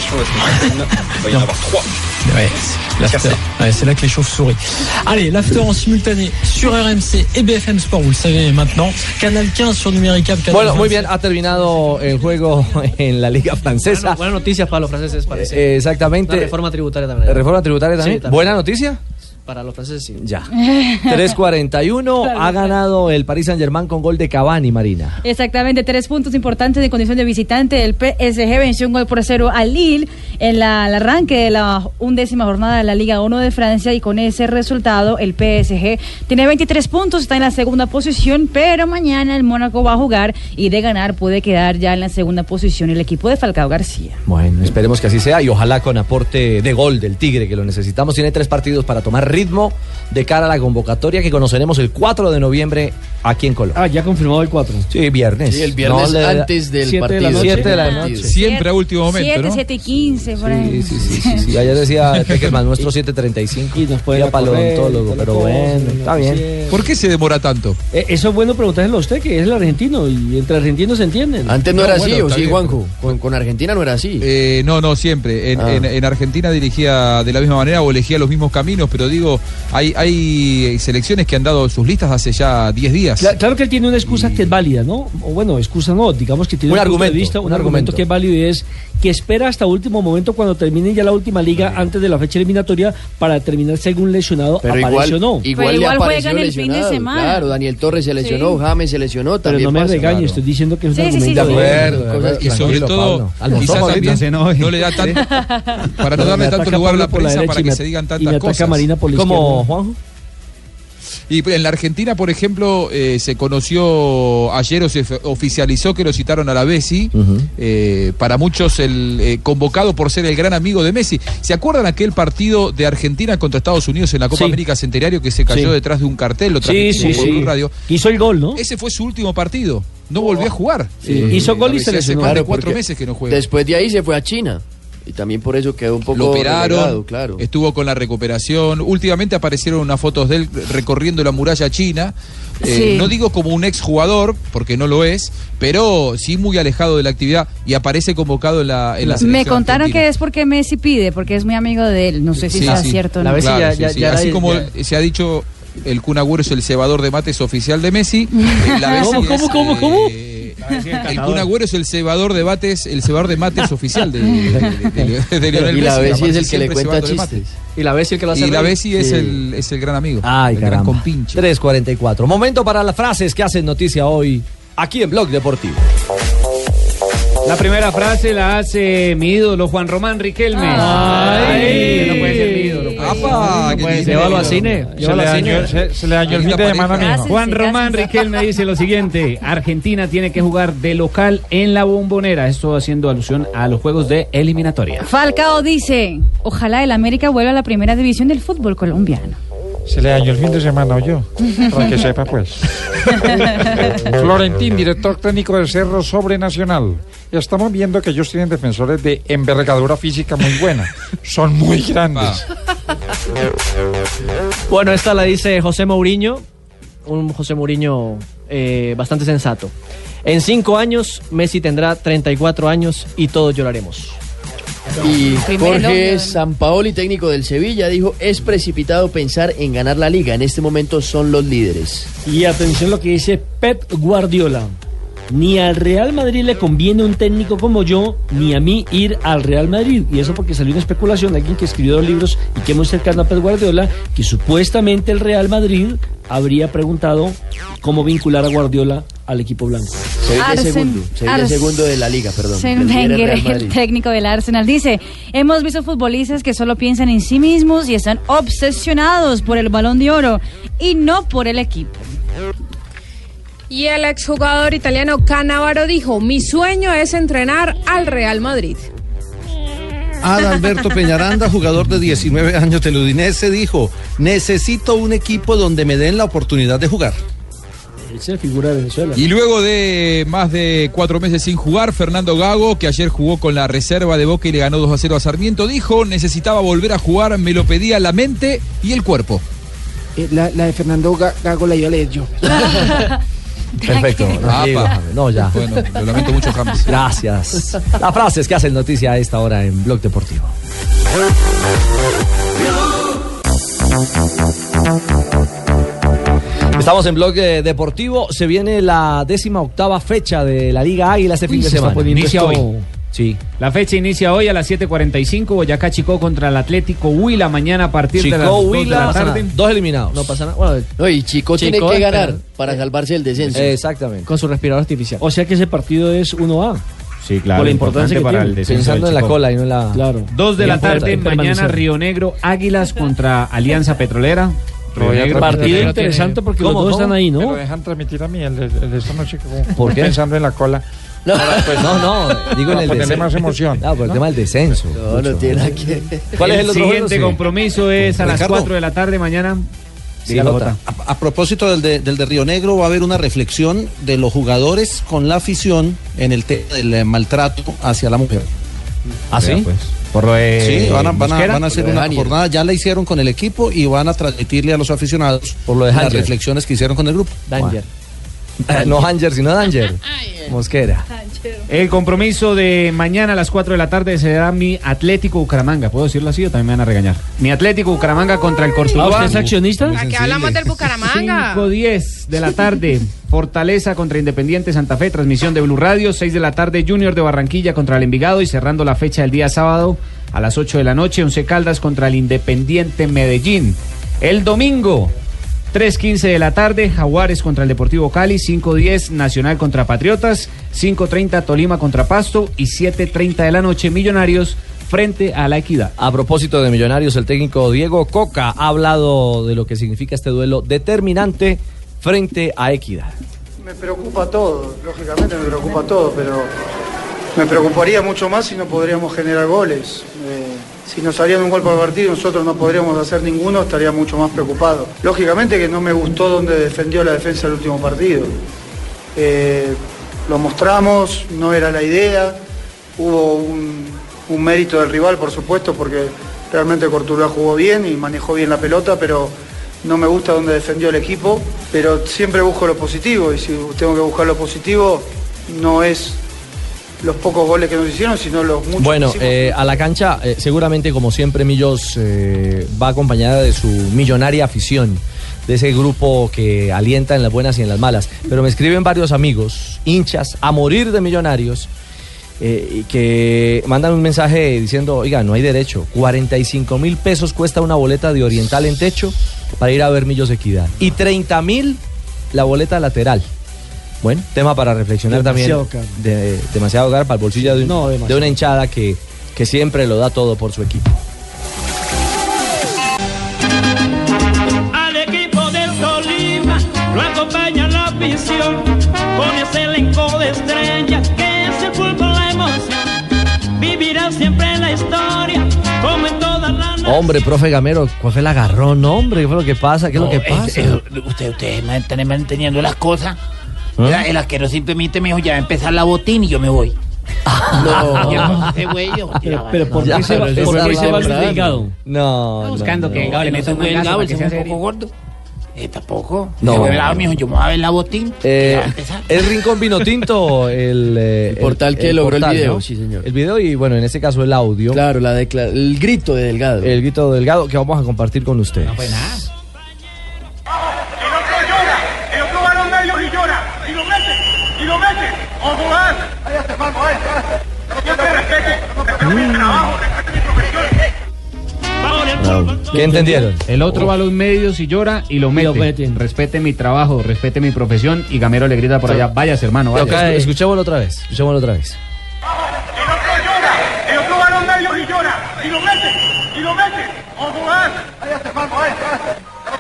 S29: Il va y en avoir trois.
S18: Ouais, l'after. Ouais, c'est là que les chauves-souris. Allez, l'after en simultané sur RMC et BFM Sport, vous le savez maintenant. Canal 15 sur Numéricable. Canal
S3: Bueno, muy
S18: 25.
S3: bien, ha terminado el juego en la Liga Francesa.
S13: Buenas noticias para los franceses, parece.
S3: Eh, exactamente.
S13: Una reforma tributaria también.
S3: Reforma tributaria también.
S13: Sí, también.
S3: Buena noticia.
S13: Para los franceses, sí.
S3: Ya. 3.41 ha ganado el Paris Saint-Germain con gol de Cavani, Marina.
S8: Exactamente, tres puntos importantes en condición de visitante. El PSG venció un gol por cero al Lille en la- el arranque de la undécima jornada de la Liga 1 de Francia y con ese resultado el PSG tiene 23 puntos, está en la segunda posición, pero mañana el Mónaco va a jugar y de ganar puede quedar ya en la segunda posición el equipo de Falcao García.
S3: Bueno, esperemos que así sea y ojalá con aporte de gol del Tigre, que lo necesitamos. Tiene tres partidos para tomar ritmo de cara a la convocatoria que conoceremos el 4 de noviembre aquí en Colombia.
S19: Ah, ya confirmado el 4.
S3: Sí, viernes.
S10: Sí, el viernes
S3: le-
S10: antes del
S3: siete De la
S10: partido.
S3: noche. Siete de la
S10: Partido.
S3: noche.
S8: Siete- siete, siete y 15, por ahí.
S3: Sí, sí, sí, sí. Ayer decía Peckerman, nuestro 7.35. Y nos
S19: puede ir a correr, y toda la
S3: pero
S19: cosa,
S3: bueno,
S19: y
S3: está
S19: la
S3: bien.
S19: cosilla.
S3: ¿Por qué se demora tanto?
S19: Eh, Eso es bueno preguntárselo a usted, que es el argentino, y entre argentinos se entienden.
S10: Antes no, era así, ¿o sí,
S19: Juan?
S10: Juanjo? Con, con Argentina no era así.
S29: Eh, no, no, siempre. En,
S10: Ah.
S29: en- en Argentina dirigía de la misma manera o elegía los mismos caminos, pero digo, hay, hay selecciones que han dado sus listas hace ya 10 días.
S19: Cla- Claro que él tiene una excusa que es válida, ¿no? O bueno, excusa no, digamos que tiene
S29: Un
S19: punto de
S29: argumento,
S19: vista, un,
S29: un
S19: argumento,
S29: argumento.
S19: que es válido y es que espera hasta último momento cuando termine ya la última liga antes de la fecha eliminatoria para determinar si algún lesionado
S10: Pero
S19: aparece
S10: igual,
S19: o no.
S10: igual, le apareció
S8: juegan el fin de
S10: lesionado,
S8: semana.
S10: Claro, Daniel Torres se lesionó,
S8: Sí.
S10: James se lesionó.
S19: Pero
S10: También
S19: no me
S10: pasa.
S19: regañe, estoy diciendo que es un
S8: Sí, sí, sí,
S19: argumento
S10: sí, sí.
S19: válido.
S10: De acuerdo,
S29: Cosas que- y sobre
S10: tranquilo,
S29: todo,
S10: Pablo. Almorzó,
S29: quizás
S10: Pablito.
S29: también
S10: No se enoje.
S29: no le da tanto, para no
S19: Me
S29: darle
S19: eh. ataca
S29: tanto lugar a la
S19: Pablo por la
S29: prensa
S19: derecha
S29: para
S19: y
S29: que
S19: me-
S29: se digan
S19: y me
S29: tantas
S19: ataca
S29: cosas.
S19: Marina por la
S29: Como
S19: izquierda.
S3: Juanjo.
S29: Y en la Argentina, por ejemplo, eh, se conoció ayer o se fe- oficializó que lo citaron a la Bessi, eh, para muchos el eh, convocado por ser el gran amigo de Messi. ¿Se acuerdan aquel partido de Argentina contra Estados Unidos en la Copa
S19: Sí.
S29: América Centenario que se cayó
S19: Sí.
S29: detrás de un cartel? Lo
S19: Sí, sí,
S29: transmitimos por
S19: sí.
S29: Blue radio.
S19: Hizo el gol, ¿no?
S29: Ese fue su último partido. No volvió a jugar.
S10: Sí. Hizo gol y
S29: la
S10: se
S29: Bessi Hace
S10: lesionó.
S29: más de
S10: Claro,
S29: cuatro
S10: porque
S29: meses que no juega.
S10: Después de ahí se fue a China. Y también por eso quedó un poco
S29: Lo operaron,
S10: relegado, claro.
S29: estuvo con la recuperación. Últimamente aparecieron unas fotos de él recorriendo la muralla china. Eh,
S10: Sí.
S29: No digo como un exjugador, porque no lo es, pero sí muy alejado de la actividad y aparece convocado en la, en la
S8: Me
S29: selección
S8: contaron
S29: argentina.
S8: que es porque Messi pide, porque es muy amigo de él. No sé si
S29: Sí,
S8: sea
S29: sí.
S8: cierto o no.
S29: Claro, sí, sí. Así como se ha dicho, el Kun Agüero es el cebador de mates oficial de Messi. eh, la
S19: ¿Cómo,
S29: Bessi
S19: cómo,
S29: es,
S19: cómo,
S29: eh,
S19: cómo?
S29: El Kun Agüero es el cebador de mates, el cebador de mates oficial de, de, de- de Lionel
S10: Y la
S29: Messi.
S10: Bessi es el
S29: Siempre
S10: que le cuenta
S29: cebando de mates.
S10: chistes.
S3: Y la Bessi el que lo hace
S29: Y la
S3: reír.
S29: Bessi es
S3: Sí.
S29: el, es el gran amigo.
S3: Ay,
S29: el gran
S3: caramba.
S29: compi-
S3: 3.44. Momento para las frases que hacen noticia hoy aquí en Blog Deportivo.
S12: La primera frase la hace mi ídolo Juan Román Riquelme.
S3: Ay.
S12: Ay, no puede ser mi ídolo. pues.
S3: Apa,
S12: No
S3: que
S12: puede
S3: dice
S12: ser.
S3: Llévalo al cine,
S12: Se
S3: llévalo
S12: le
S3: al cine.
S12: dañó- se- se le dañó
S3: Ahí la pareja. Cásense,
S12: Juan Román Riquelme dice lo siguiente: Argentina tiene que jugar de local en la bombonera. Esto haciendo alusión a los juegos de eliminatoria.
S8: Falcao dice, ojalá el América vuelva a la primera división del fútbol colombiano.
S5: Se le dañó el fin de semana, o yo. Para que sepa, pues. Florentín, director técnico de Cerro Sobrenacional. Estamos viendo que ellos tienen defensores de envergadura física muy buena. Son muy grandes.
S3: Bueno, esta la dice José Mourinho, un José Mourinho eh, bastante sensato. En cinco años, Messi tendrá 34 años y todos lloraremos.
S10: Y
S3: Primer
S10: Jorge
S3: elogio.
S10: Sampaoli, técnico del Sevilla, dijo, es precipitado pensar en ganar la liga. En este momento son los líderes.
S19: Y atención lo que dice Pep Guardiola. Ni al Real Madrid le conviene un técnico como yo, ni a mí ir al Real Madrid. Y eso porque salió una especulación de alguien que escribió dos libros y que es muy cercano a Pep Guardiola, que supuestamente el Real Madrid habría preguntado cómo vincular a Guardiola al equipo blanco.
S10: Sevilla
S8: Arsen-
S10: segundo. Sevilla
S8: Ars-
S10: segundo de la liga, perdón.
S8: Arsène
S10: del líder
S8: Wenger,
S10: Real
S8: el
S10: Madrid.
S8: técnico del Arsenal, dice, hemos visto futbolistas que solo piensan en sí mismos y están obsesionados por el balón de oro y no por el equipo.
S9: Y el exjugador italiano Canavaro dijo, mi sueño es entrenar al Real Madrid.
S22: Adalberto Peñaranda, jugador de 19 años del Udinese, dijo, necesito un equipo donde me den la oportunidad de jugar.
S19: Esa es figura de Venezuela.
S29: Y luego de más de cuatro meses sin jugar, Fernando Gago, que ayer jugó con la reserva de Boca y le ganó 2 a 0 a Sarmiento, dijo, necesitaba volver a jugar, me lo pedía la mente y el cuerpo.
S7: Eh, la, la de Fernando Ga- Gago la iba a leer yo.
S3: Perfecto. tranquilo,
S29: Apa.
S3: James. No, ya.
S29: Bueno, lo lamento mucho, James.
S3: Gracias. Las frases que hacen noticia a esta hora en Blog Deportivo. Estamos en Blog eh, Deportivo. Se viene la décima octava fecha de la Liga Águila este fin de semana.
S12: Inicia hoy.
S3: Sí.
S12: La fecha inicia hoy a las 7:45. Boyacá Chico contra el Atlético Huila mañana a partir de las
S3: Chico,
S12: 2 de
S3: Huila,
S12: la tarde.
S3: dos eliminados. No pasa nada. Bueno,
S10: No, y Chico, tiene
S3: Chico
S10: que
S3: es
S10: ganar
S3: penal.
S10: para salvarse del descenso.
S3: Exactamente. Con su respirador artificial.
S19: O sea que ese partido es 1A.
S33: Sí,
S19: Por la importancia que
S33: para
S19: tiene.
S33: el descenso
S3: Pensando
S33: de
S3: en la
S33: Chicó.
S3: cola y no en la.
S19: Claro.
S12: 2 de
S3: Y
S12: la
S3: en puerta,
S12: tarde,
S3: en
S12: mañana
S3: permanecer.
S12: Río Negro, Águilas contra Alianza Petrolera. Río Negro,
S19: Partido
S12: Petrolera
S19: interesante
S12: tiene-
S19: porque los dos están ahí,
S5: Me
S19: ¿no?
S5: lo dejan transmitir a mí el, el, el de esta noche como
S3: ¿Por qué?
S5: pensando en la cola.
S3: No, no, digo
S5: pues,
S3: en
S5: para
S3: el
S5: ponerle
S3: descenso.
S5: más emoción.
S3: No, por el tema del descenso.
S10: No, no tiene nada que ver.
S3: ¿Cuál es el otro
S12: siguiente
S3: juego? Sí.
S12: compromiso es a las
S22: Ricardo.
S12: 4 de la tarde mañana.
S22: Sí, a, a propósito del de, del de Río Negro, va a haber una reflexión de los jugadores con la afición en el tema del eh, maltrato hacia la mujer.
S33: ¿Ah, sí? Por lo de
S22: pues. Sí, van a, van a-
S33: Mosquera.
S22: van a
S33: Por
S22: hacer
S33: lo de
S22: una
S33: Daniel.
S22: jornada, ya la hicieron con el equipo y van a transmitirle a los aficionados
S3: Por lo de
S22: las
S3: Hanger.
S22: reflexiones que hicieron con el grupo.
S3: Danger. no Hanger, sino Danger. Mosquera.
S12: El compromiso de mañana a las 4 de la tarde será mi Atlético Bucaramanga. ¿Puedo decirlo así o también me van a regañar? Mi Atlético Bucaramanga contra el
S19: Ah,
S12: Cortuluá.
S19: ¿usted es accionista?
S12: Muy
S19: Aquí
S12: sensible.
S19: hablamos
S9: del Bucaramanga.
S12: 5.10 de la tarde, Fortaleza contra Independiente Santa Fe, transmisión de Blue Radio. 6 de la tarde, Junior de Barranquilla contra el Envigado y cerrando la fecha del día sábado a las 8 de la noche, Once Caldas contra el Independiente Medellín. El domingo, 3.15 de la tarde, Jaguares contra el Deportivo Cali, 5.10 Nacional contra Patriotas, 5.30 Tolima contra Pasto y 7.30 de la noche, Millonarios frente a la Equidad.
S3: A propósito de Millonarios, el técnico Diego Coca ha hablado de lo que significa este duelo determinante frente a Equidad.
S34: Me preocupa todo, lógicamente me preocupa todo, pero me preocuparía mucho más si no podríamos generar goles. Eh, si nos harían un gol por partido y nosotros no podríamos hacer ninguno, estaría mucho más preocupado. Lógicamente que no me gustó donde defendió la defensa el último partido. Eh, lo mostramos, no era la idea, hubo un, un mérito del rival, por supuesto, porque realmente Cortuluá jugó bien y manejó bien la pelota, pero no me gusta donde defendió el equipo, pero siempre busco lo positivo y si tengo que buscar lo positivo no es los pocos goles que nos hicieron, sino los muchos. que
S3: Bueno,
S34: hicimos.
S3: eh, a la cancha, eh, seguramente, como siempre, Millos eh, va acompañada de su millonaria afición, de ese grupo que alienta en las buenas y en las malas. Pero me escriben varios amigos, hinchas, a morir de millonarios, eh, y que mandan un mensaje diciendo: Oiga, no hay derecho, 45 mil pesos cuesta una boleta de Oriental en techo para ir a ver Millos Equidad, y 30 mil la boleta lateral. Bueno, tema para reflexionar
S19: Demasiado
S3: también. De, demasiado caro para el bolsillo de, un-
S19: No, demasiado.
S3: de una hinchada que, que siempre lo da todo por su equipo.
S4: Al equipo del Tolima lo acompaña la afición con ese elenco de estrellas que es el fútbol la emoción. Vivirá siempre en la historia como en toda la
S3: Hombre, profe Gamero, ¿cuál fue el agarrón? No, Hombre, ¿qué fue lo que pasa? ¿Qué es
S26: No,
S3: lo que
S26: es-
S3: pasa?
S26: es- usted, ustedes no están entendiendo las cosas.
S3: ¿Ah?
S26: Era- El asquero simplemente me dijo, ya va a empezar la botín y yo me voy. No. Yo no sé, güey, yo-
S3: Pero,
S26: pero ¿por
S3: Ya,
S26: qué se
S3: pero
S26: va-
S3: eso
S26: por
S3: es
S26: qué se va
S3: verdad,
S26: Luis
S3: ¿no?
S26: Delgado?
S3: No. no,
S26: buscando
S3: no.
S26: que Gabo le meta un buen mangazo Gabo, para el que que sea sea un serio. poco gordo. Eh, tampoco.
S3: No.
S26: No. me dijo, yo me voy a ver la botín.
S3: Eh, el Rincón Vino Tinto, el, eh, el
S26: portal que logró el video,
S3: sí señor. El video y bueno, en este caso el audio. Claro, la el grito de Delgado. El grito de Delgado que vamos a compartir con ustedes.
S4: Y lo prueba a los medios y llora. Y lo mete. Y lo mete. ¡O jugar! ¡Cállate, Marco! ¡Siempre respete!
S3: ¿Qué entendieron?
S12: El otro va a los medios y llora y lo mete. Respete mi trabajo, respete mi profesión y Gamero le grita por allá, váyase hermano,
S3: Pero acá,
S12: váyase.
S3: escuchémoslo otra vez, escuchémoslo otra vez.
S4: Y lo prueba a los medios y llora. Y lo mete. Y lo mete. ¡O jugar! ¡Cállate, Marco!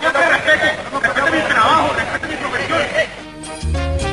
S4: ¡Siempre respete! ¡Respete mi trabajo! ¡Respete mi profesión!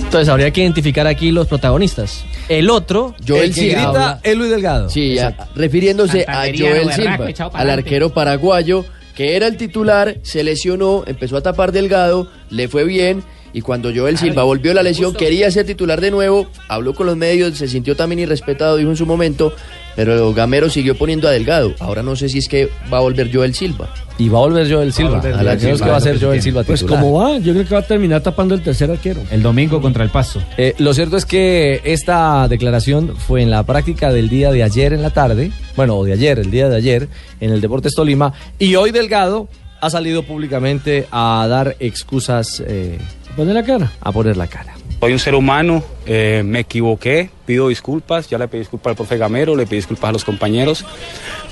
S3: Entonces habría que identificar aquí los protagonistas. El otro,
S10: Joel
S3: el que
S10: Silva.
S3: grita es Luis Delgado.
S10: Sí, a- refiriéndose a
S3: Santanderiano,
S10: Joel
S3: berraco,
S10: Silva,
S3: echado para
S10: al
S3: adelante.
S10: arquero paraguayo, que era el titular, se lesionó, empezó a tapar delgado, le fue bien. Y cuando Joel Silva volvió a la lesión, quería ser titular de nuevo, habló con los medios, se sintió también irrespetado, dijo en su momento, pero Gamero siguió poniendo a Delgado. Ahora no sé si es que va a volver Joel Silva.
S3: Y va a volver Joel Silva.
S10: A la que va a ser Joel Silva
S3: Pues
S10: titular.
S3: como
S19: va, yo creo que va a terminar tapando el tercer arquero.
S12: El domingo contra el Paso.
S3: Eh, lo cierto es que esta declaración fue en la práctica del día de ayer en la tarde, bueno, o de ayer, el día de ayer, en el Deportes Tolima, y hoy Delgado ha salido públicamente a dar excusas. eh, ¿A
S19: poner la cara?
S3: A poner la cara.
S35: Soy un ser humano, eh, me equivoqué, pido disculpas, ya le pedí disculpas al profe Gamero, le pedí disculpas a los compañeros,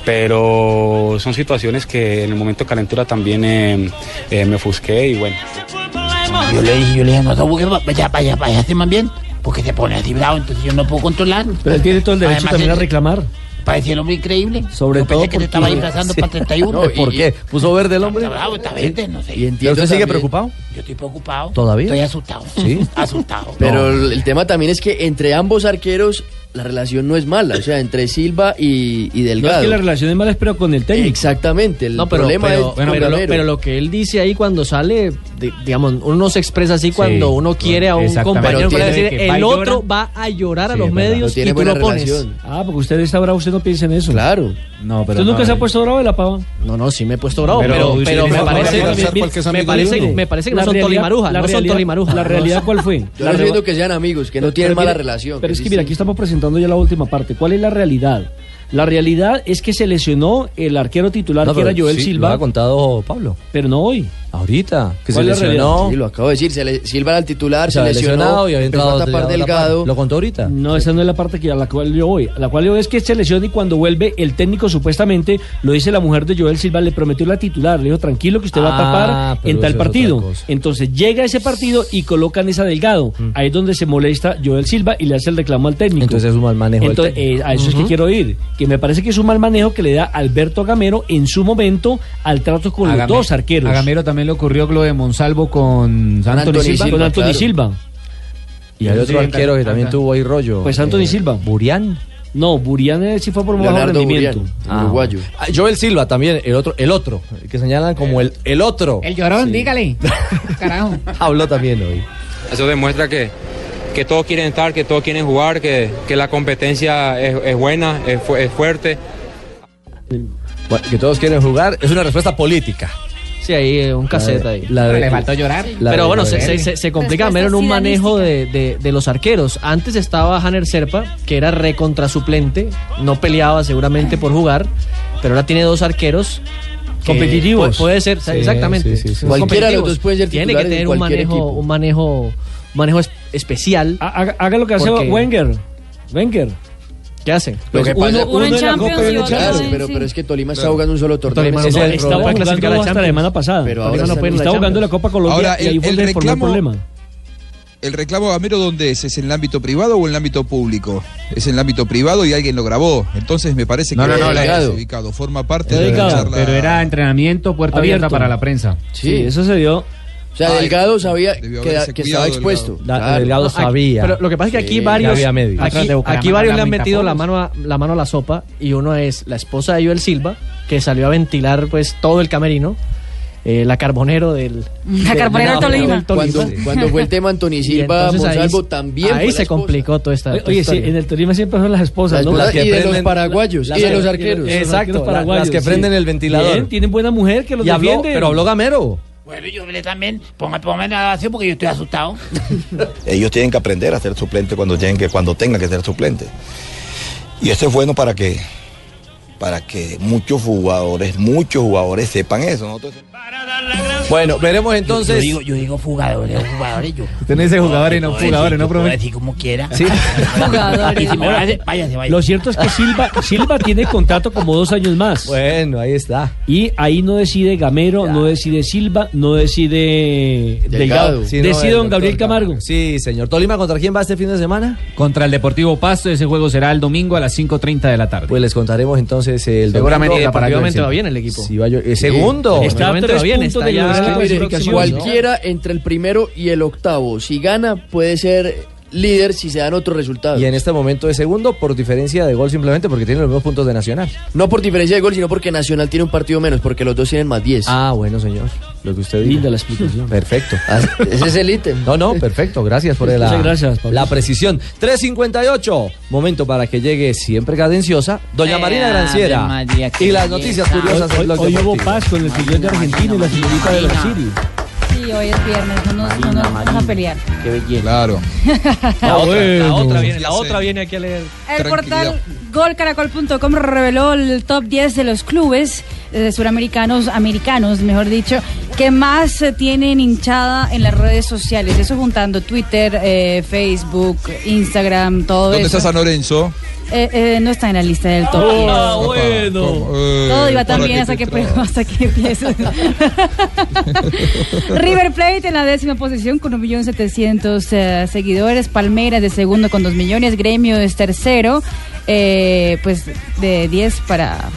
S35: pero son situaciones que en el momento de calentura también eh, eh, me ofusqué y bueno.
S26: Yo le dije, yo le dije, no, no, porque vaya, vaya, vaya, se man bien. Porque se pone así bravo, entonces yo no puedo controlarlo.
S19: Pero él tiene todo el derecho
S26: Además,
S19: también a
S26: él-
S19: reclamar.
S26: Parecía el hombre increíble.
S3: Sobre
S26: Yo
S3: todo
S26: pensé que
S3: porque-
S26: se estaba disfrazando
S3: Sí.
S26: para 31.
S3: No, ¿por
S26: Y-
S3: qué? ¿Puso verde el hombre?
S26: Está bravo, está verde, no sé.
S3: Y entiendo ¿Usted sigue también- preocupado?
S26: Yo estoy preocupado.
S10: ¿Todavía?
S26: Estoy asustado.
S3: Sí.
S26: Asustado.
S10: Pero el tema también es que entre ambos arqueros la relación no es mala, o sea, entre Silva y, y
S19: No es
S10: Delgado.
S19: que la relación es mala, es pero con el técnico.
S10: Exactamente, el
S3: No, pero,
S10: problema
S3: pero-
S10: es
S3: bueno,
S10: con
S3: pero lo,
S10: Gamero.
S3: pero lo que él dice ahí cuando sale, de- digamos, uno se expresa así cuando uno quiere a un
S19: exactamente.
S3: compañero.
S19: Pero
S3: puede
S19: tiene
S3: decir,
S19: que va y
S3: el
S19: llora".
S3: otro va a llorar a
S19: Sí,
S3: los
S19: es verdad. No
S3: medios
S19: tiene
S3: y tú
S19: buena
S3: lo pones.
S19: relación. Ah, porque usted está bravo, usted no piensa en eso.
S10: Claro.
S3: No,
S19: ¿Tú nunca se ha puesto bravo de la pava?
S3: No, no, sí me he puesto bravo, pero, pero, me, parece, me, parece, me parece que no son tolimarujas, no son tolimarujas.
S19: ¿La realidad cuál fue?
S10: Yo no estoy viendo que sean amigos, que no tienen
S19: pero
S10: mala
S19: mire,
S10: relación.
S19: Pero
S10: que
S19: es que mira,
S10: existen.
S19: aquí estamos presentando ya la última parte. ¿Cuál es la realidad? La realidad es que se lesionó el arquero titular que era Joel Silva,
S3: contado Pablo.
S19: pero no hoy.
S3: Ahorita, que se
S19: ¿Cuál es la
S3: lesionó.
S10: Sí, lo acabo de decir, se le- Silva era el titular,
S3: O sea,
S10: se lesionó,
S3: lesionado y había
S10: empezó
S3: entrado
S10: a tapar
S3: Delgado a tapar.
S10: delgado.
S3: ¿Lo contó ahorita?
S19: No, esa no es la parte que a la cual yo voy. A la cual yo voy es que se lesiona y cuando vuelve el técnico supuestamente, lo dice la mujer de Joel Silva, le prometió la titular, le dijo tranquilo que usted va a
S3: Ah,
S19: tapar
S3: pero
S19: en tal
S3: eso es
S19: partido.
S3: otra cosa. Mm.
S19: Entonces llega ese partido y colocan esa delgado. Ahí es donde se molesta Joel Silva y le hace el reclamo al técnico.
S3: Entonces es un mal manejo del
S19: Entonces,
S3: técnico.
S19: eh, a eso es que
S3: Ujú.
S19: quiero ir. Que me parece que es un mal manejo que le da Alberto Gamero en su momento al trato con
S12: A
S19: los
S12: Gamero-
S19: dos arqueros.
S12: A Gamero también le ocurrió lo de Monsalvo con
S19: Con
S12: Anthony Silva.
S19: Con Anthony Silva.
S3: Y el
S12: Sí,
S3: otro
S12: sí,
S3: arquero que
S12: acá.
S3: también tuvo ahí rollo. eh,
S19: Pues Anthony Silva.
S3: Burián.
S19: No, Burián eh, sí fue por bajo rendimiento.
S3: uruguayo. Ah, Joel Silva también, el otro, el otro, el que señalan como el, Eh. el otro.
S36: El llorón, dígale. Carajo.
S3: Habló también hoy.
S29: Eso demuestra que,
S14: que todos quieren estar, que todos quieren jugar, que, que la competencia es, es buena, es, fu- es fuerte.
S3: Bueno, que todos quieren jugar, es una respuesta política.
S13: Sí, ahí eh, un cassette
S3: de-
S13: ahí.
S3: la de- Le faltó
S13: llorar.
S3: la
S13: Pero
S3: de-
S13: bueno,
S3: la
S13: se,
S3: de-
S13: se, se- se complica Respuesta menos en un manejo de, de- de los arqueros. Antes estaba Hanner Serpa, que era recontra suplente, no peleaba seguramente por jugar, pero ahora tiene dos arqueros. que Competitivos. pu- Puede ser, Sí, exactamente. sí, sí, sí. Competitivos. Cualquiera de los dos pueden ser Tiene que titulares en tener un cualquier manejo, equipo. un manejo, manejo es- especial.
S19: Haga lo que hace Wenger. Wenger.
S13: ¿Qué hacen?
S10: Lo que pasa-
S13: Pues uno, uno en la Copa y uno en
S10: Claro,
S13: Champions.
S10: pero, pero es que Tolima está jugando un solo torneo.
S13: Tolima no
S10: Ese
S13: puede-
S10: es el
S13: está
S10: problema.
S13: jugando clasificar a la
S19: hasta la
S13: Champions.
S19: semana pasada.
S10: Pero
S13: ahora
S19: está,
S13: está en la
S19: jugando
S13: Champions.
S19: la Copa Colombia
S5: Ahora,
S19: y ahí
S5: el-
S19: fue
S5: el
S19: donde formó el
S5: reclamo-
S19: problema.
S5: ¿El reclamo Gamero dónde es? ¿Es en el ámbito privado o en el ámbito público? Es en el ámbito privado y alguien lo grabó. Entonces me parece que
S14: No, no, no,
S5: está
S14: legado.
S5: desubicado. Forma parte de la
S12: Pero,
S5: charla.
S12: era entrenamiento, puerta abierta para la prensa.
S13: Sí, eso se dio.
S10: O sea, Delgado sabía
S13: debió
S10: que,
S13: haberse
S10: que
S13: cuidado,
S10: estaba expuesto.
S13: Delgado. Da-
S10: Claro.
S13: Delgado sabía. Pero lo que pasa es que
S10: Sí.
S13: aquí varios, Había medios. aquí, Atrás de Bucaramanga, aquí varios le han Lamenta metido la Pobos. mano, a, la mano a la sopa y uno es la esposa de Joel Silva, que salió a ventilar pues todo el camerino, eh, la carbonero del... del-
S10: Cuando-
S13: del- del
S10: Cuando, cuando fue el tema Antoni
S13: Y
S10: Silva,
S13: entonces ahí-
S10: Monsalvo también. fue
S13: Ahí
S10: la
S13: se
S10: esposa.
S13: complicó toda esta,
S10: Oye,
S13: toda
S10: oye,
S13: historia.
S10: sí, en
S19: el Tolima siempre son las esposas,
S13: Las
S19: ¿no?
S13: esposas
S10: y de los paraguayos, y de los arqueros.
S13: Exacto,
S19: Exacto,
S13: la- las que prenden el ventilador.
S19: tienen buena mujer que los
S13: Y habló-
S19: defiende.
S13: pero habló Gamero.
S29: Bueno, yo hablé también, póngame póngame la grabación porque yo estoy asustado.
S16: Ellos tienen que aprender a ser suplente cuando lleguen, que cuando tengan que ser suplente. Y eso es bueno para que, para que muchos jugadores, muchos jugadores sepan eso. Nosotros-
S3: Bueno, veremos entonces.
S29: Yo digo, yo digo jugadores, jugadores, yo.
S3: Usted no dice jugadores, no,
S29: Yo puedo
S3: jugadores,
S29: decir,
S3: no,
S29: yo puedo
S3: profe.
S29: decir como quiera.
S3: Sí.
S19: Jugadores.
S29: Y si me hace, váyase, váyase.
S19: Lo cierto es que Silva, Silva tiene contrato como dos años más.
S13: Bueno, ahí está.
S19: Y ahí no decide Gamero, no decide Silva, no decide Delgado.
S13: Sí, no,
S19: decide
S13: el
S19: don Gabriel
S13: doctor
S19: Camargo.
S13: Sí, señor. Tolima, ¿contra quién va este fin de semana?
S12: Contra el Deportivo Pasto, ese juego será el domingo a las 5.30 de la tarde.
S13: Pues les contaremos entonces el
S12: Seguramente
S13: domingo.
S12: irá para
S13: Deportivamente
S12: Joel
S13: va bien
S12: Silva.
S13: el equipo.
S12: Sí, va
S13: yo- eh,
S12: Sí.
S13: segundo.
S12: Está a
S13: Seguramente
S12: tres
S13: va bien,
S12: puntos
S13: está
S12: de
S13: ya-
S12: lograr
S3: Ah,
S12: la
S13: Mire,
S12: clasificación.
S10: Cualquiera entre el primero y el octavo. Si gana, puede ser líder si se dan otros resultados.
S13: Y en este momento es segundo por diferencia de gol simplemente porque tiene los mismos puntos de Nacional.
S10: No por diferencia de gol, sino porque Nacional tiene un partido menos, porque los dos tienen más 10.
S13: Ah, bueno, señor. Lo que usted dice. Linda
S19: la explicación.
S13: Perfecto.
S10: Ese es el ítem.
S13: No, no, perfecto. Gracias por la, Muchas gracias, Pablo. la precisión. 3.58. Momento para que llegue siempre cadenciosa Doña
S19: Eh,
S13: Marina Granciera.
S19: Ave María, qué
S13: y las
S19: belleza.
S13: noticias curiosas del
S19: Hoy,
S13: blog
S19: hoy hubo
S13: deportivo.
S19: paz con el señor de Argentina y la señorita de la Siri.
S8: Sí, hoy es viernes, no nos, no nos vamos a pelear.
S29: Qué belleza.
S5: Claro.
S13: La otra, la otra
S5: bueno.
S13: viene, la otra viene aquí a leer.
S8: El portal golcaracol.com reveló el top 10 de los clubes eh, suramericanos, americanos, mejor dicho, que más eh, tienen hinchada en las redes sociales. Eso juntando Twitter, eh, Facebook, Instagram, todo
S5: ¿Dónde
S8: eso.
S5: está San Lorenzo?
S8: Eh, eh, no está en la lista del
S29: Oh,
S8: top 10.
S29: ah,
S5: bueno.
S8: Todo iba tan bien hasta que, hasta que empieza. River Plate en la décima posición con 1.700.000 eh, seguidores. Palmeiras de segundo con 2 millones. Gremio es tercero. eh, pues de 10 para.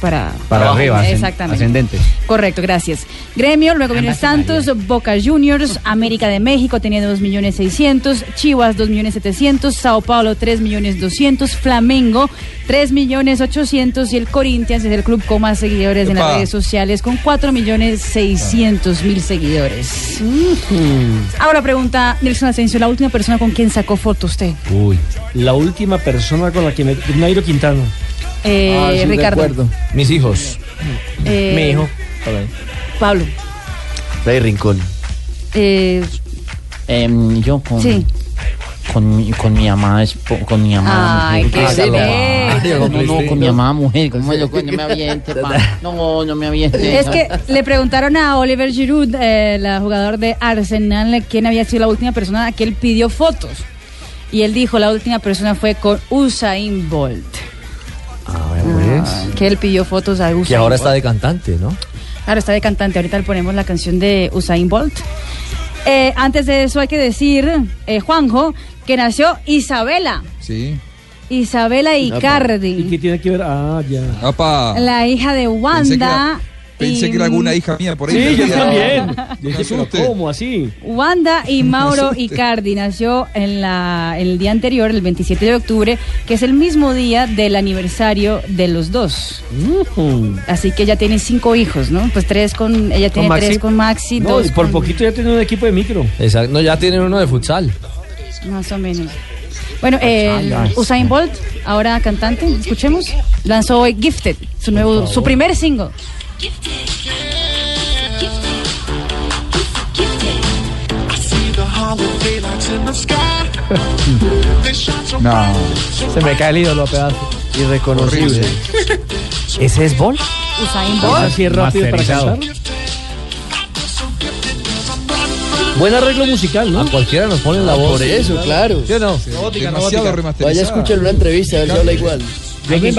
S8: Para,
S12: Para
S8: abajo.
S12: arriba, ascen-
S8: Exactamente.
S12: ascendente.
S8: Correcto, gracias. Gremio, luego viene Santos, Boca Juniors, América de México tiene 2 millones 600, Chivas 2 millones 700, Sao Paulo 3 millones 200, Flamengo 3 millones 800 y el Corinthians es el club con más seguidores en
S18: Epa.
S8: las redes sociales con 4 millones 600 mil seguidores. Ahora pregunta Nelson Asensio, la última persona con quien sacó foto usted.
S19: Uy. La última persona con la que me. Nairo Quintana.
S8: Eh,
S19: Ah,
S8: Ricardo.
S13: Ah, Mis hijos.
S8: Eh,
S13: Mi hijo.
S8: Pablo.
S10: Play Rincón.
S8: eh,
S11: Em, yo con,
S8: Sí.
S11: con, mi- con mi mamá, espo- con mi mamá.
S8: Ay, qué
S11: no,
S8: serio.
S11: no, no, con mi mamá, mujer. ¿cómo es lo que- no me aviente, pa. No, no me aviente.
S8: Es que le preguntaron a Oliver Giroud, eh, la jugador de Arsenal, quién había sido la última persona a que él pidió fotos. Y él dijo, la última persona fue con Usain Bolt. Que él pidió fotos a Usain
S13: pues, Que ahora está
S8: Bolt.
S13: de cantante, ¿no?
S8: Claro, está de cantante. Ahorita le ponemos la canción de Usain Bolt. Eh, antes de eso hay que decir, eh, Juanjo, que nació Isabela.
S5: Sí.
S8: Isabela Icardi.
S19: ¿Y qué tiene que ver? Ah, ya.
S5: Apa.
S8: La hija de Wanda.
S5: Pensé que era alguna hija mía por ahí.
S19: Sí, yo
S5: perdida.
S19: también.
S5: No sé usted.
S19: ¿Cómo así?
S8: Wanda y Mauro
S19: Asuste.
S8: Icardi nació en la, el día anterior, el 27 de octubre, que es el mismo día del aniversario de los dos. Así que ella tiene cinco hijos, ¿no? Pues tres con ella tiene
S13: Maxi?
S8: tres con Maxi,
S13: No,
S8: dos
S13: y por
S8: con-
S13: poquito
S19: ya tiene un equipo de micro.
S13: Exacto. No, ya tienen uno de futsal.
S8: Más o menos. Bueno, el Usain Bolt, ahora cantante, escuchemos, lanzó hoy Gifted, su nuevo, su primer single.
S4: No.
S3: Se me cae el ídolo a pedazos.
S10: Irreconocible.
S3: ¿Ese es Bol?
S8: Usain
S3: Bolt.
S8: Bolt.
S3: Así es rápido para
S12: Masterizado.
S3: cantar. Buen arreglo musical, ¿no? A cualquiera nos pone la Ah, voz. por eso, claro. ¿Sí o no? Robótica, Demasiado robótica.
S10: Vaya,
S3: remasterizada.
S10: escúchalo en una entrevista, a ver si habla igual.
S19: Yo me imagino,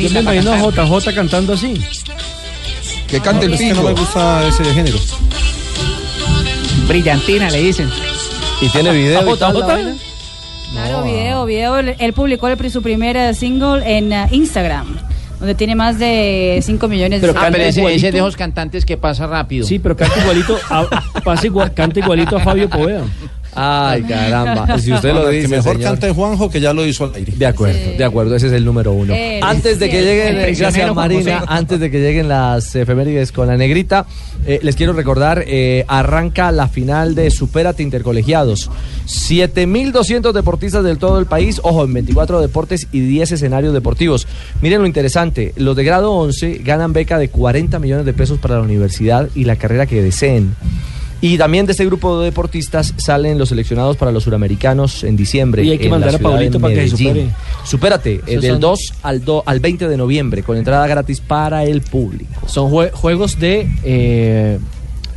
S19: yo me imagino a JJ cantando así.
S4: Que cante el
S19: Es que no
S4: pingo.
S19: me
S22: gusta ese género.
S19: Brillantina le dicen.
S12: ¿Y tiene video? y tal, la vaina?
S8: Claro,
S13: Oh.
S8: video, video. Él él publicó el pri- su primer single en eh, Instagram, donde tiene más de 5 millones de
S13: Pero, ah, pero ese, ese
S8: seguidores.
S13: es de esos cantantes que pasa rápido.
S19: Sí, pero canta igualito a, pasa igua- canta igualito a Fabio Poveda.
S3: Ay, caramba. Si usted lo
S22: Que
S3: dice,
S22: mejor
S3: señor.
S22: cante Juanjo que ya lo hizo al aire.
S3: De acuerdo, de acuerdo, ese es el número uno.
S22: Eres
S3: antes de que
S22: Eh, el-
S3: lleguen,
S22: el
S3: eh, gracias
S22: prisionero Juan
S3: Marina,
S22: José.
S3: antes de que lleguen las efemérides con la negrita, eh, les quiero recordar, eh, arranca la final de Superate Intercolegiados. 7.200 deportistas del todo el país, ojo, en 24 deportes y 10 escenarios deportivos. Miren lo interesante, los de grado 11 ganan beca de 40 millones de pesos para la universidad y la carrera que deseen. Y también de este grupo de deportistas salen los seleccionados para los suramericanos en diciembre.
S19: Y hay que
S3: en la
S19: mandar a
S3: ciudad de
S19: Paulito para que se
S3: Medellín. Supérate, eh, Esos del son- 2 al, do- al 20 de noviembre, con entrada gratis para el público. Son jue- juegos de eh,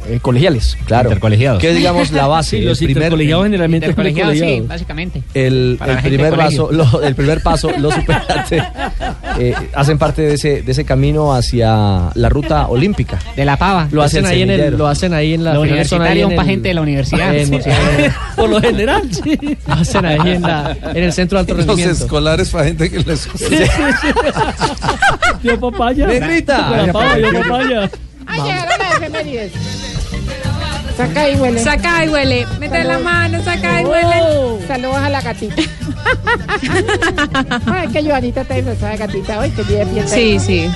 S3: eh, colegiales.
S12: Claro. Intercolegiados.
S3: Que digamos la base.
S12: Sí, los intercolegiados generalmente son los Intercolegiados, sí, colegiados.
S13: básicamente.
S3: El,
S12: Para
S3: el
S12: la gente
S3: primer
S12: de
S3: paso,
S12: colegio.
S3: lo- el primer paso, los superate, eh, hacen parte de ese, de ese camino hacia la ruta olímpica.
S13: De la pava.
S3: Lo hacen ahí en el, semillero. lo hacen ahí en la Los finales son ahí universitarios, en pa' el- gente de la
S13: universidad.
S3: en-
S13: Sí.
S3: Por lo general, sí. Lo hacen ahí en, la- en el centro de alto
S22: Los
S3: rendimiento.
S22: escolares para gente que les
S19: Tío papaya.
S3: Negrita.
S19: Tío papaya, tío papaya.
S9: Ay, llegaron las efemérides. Saca y huele. Saca y huele. Mete la mano, saca y huele.
S21: Saludos a la gatita. Ay, que Joanita está disfrazada de gatita hoy, que día de fiesta.
S9: Sí, sí.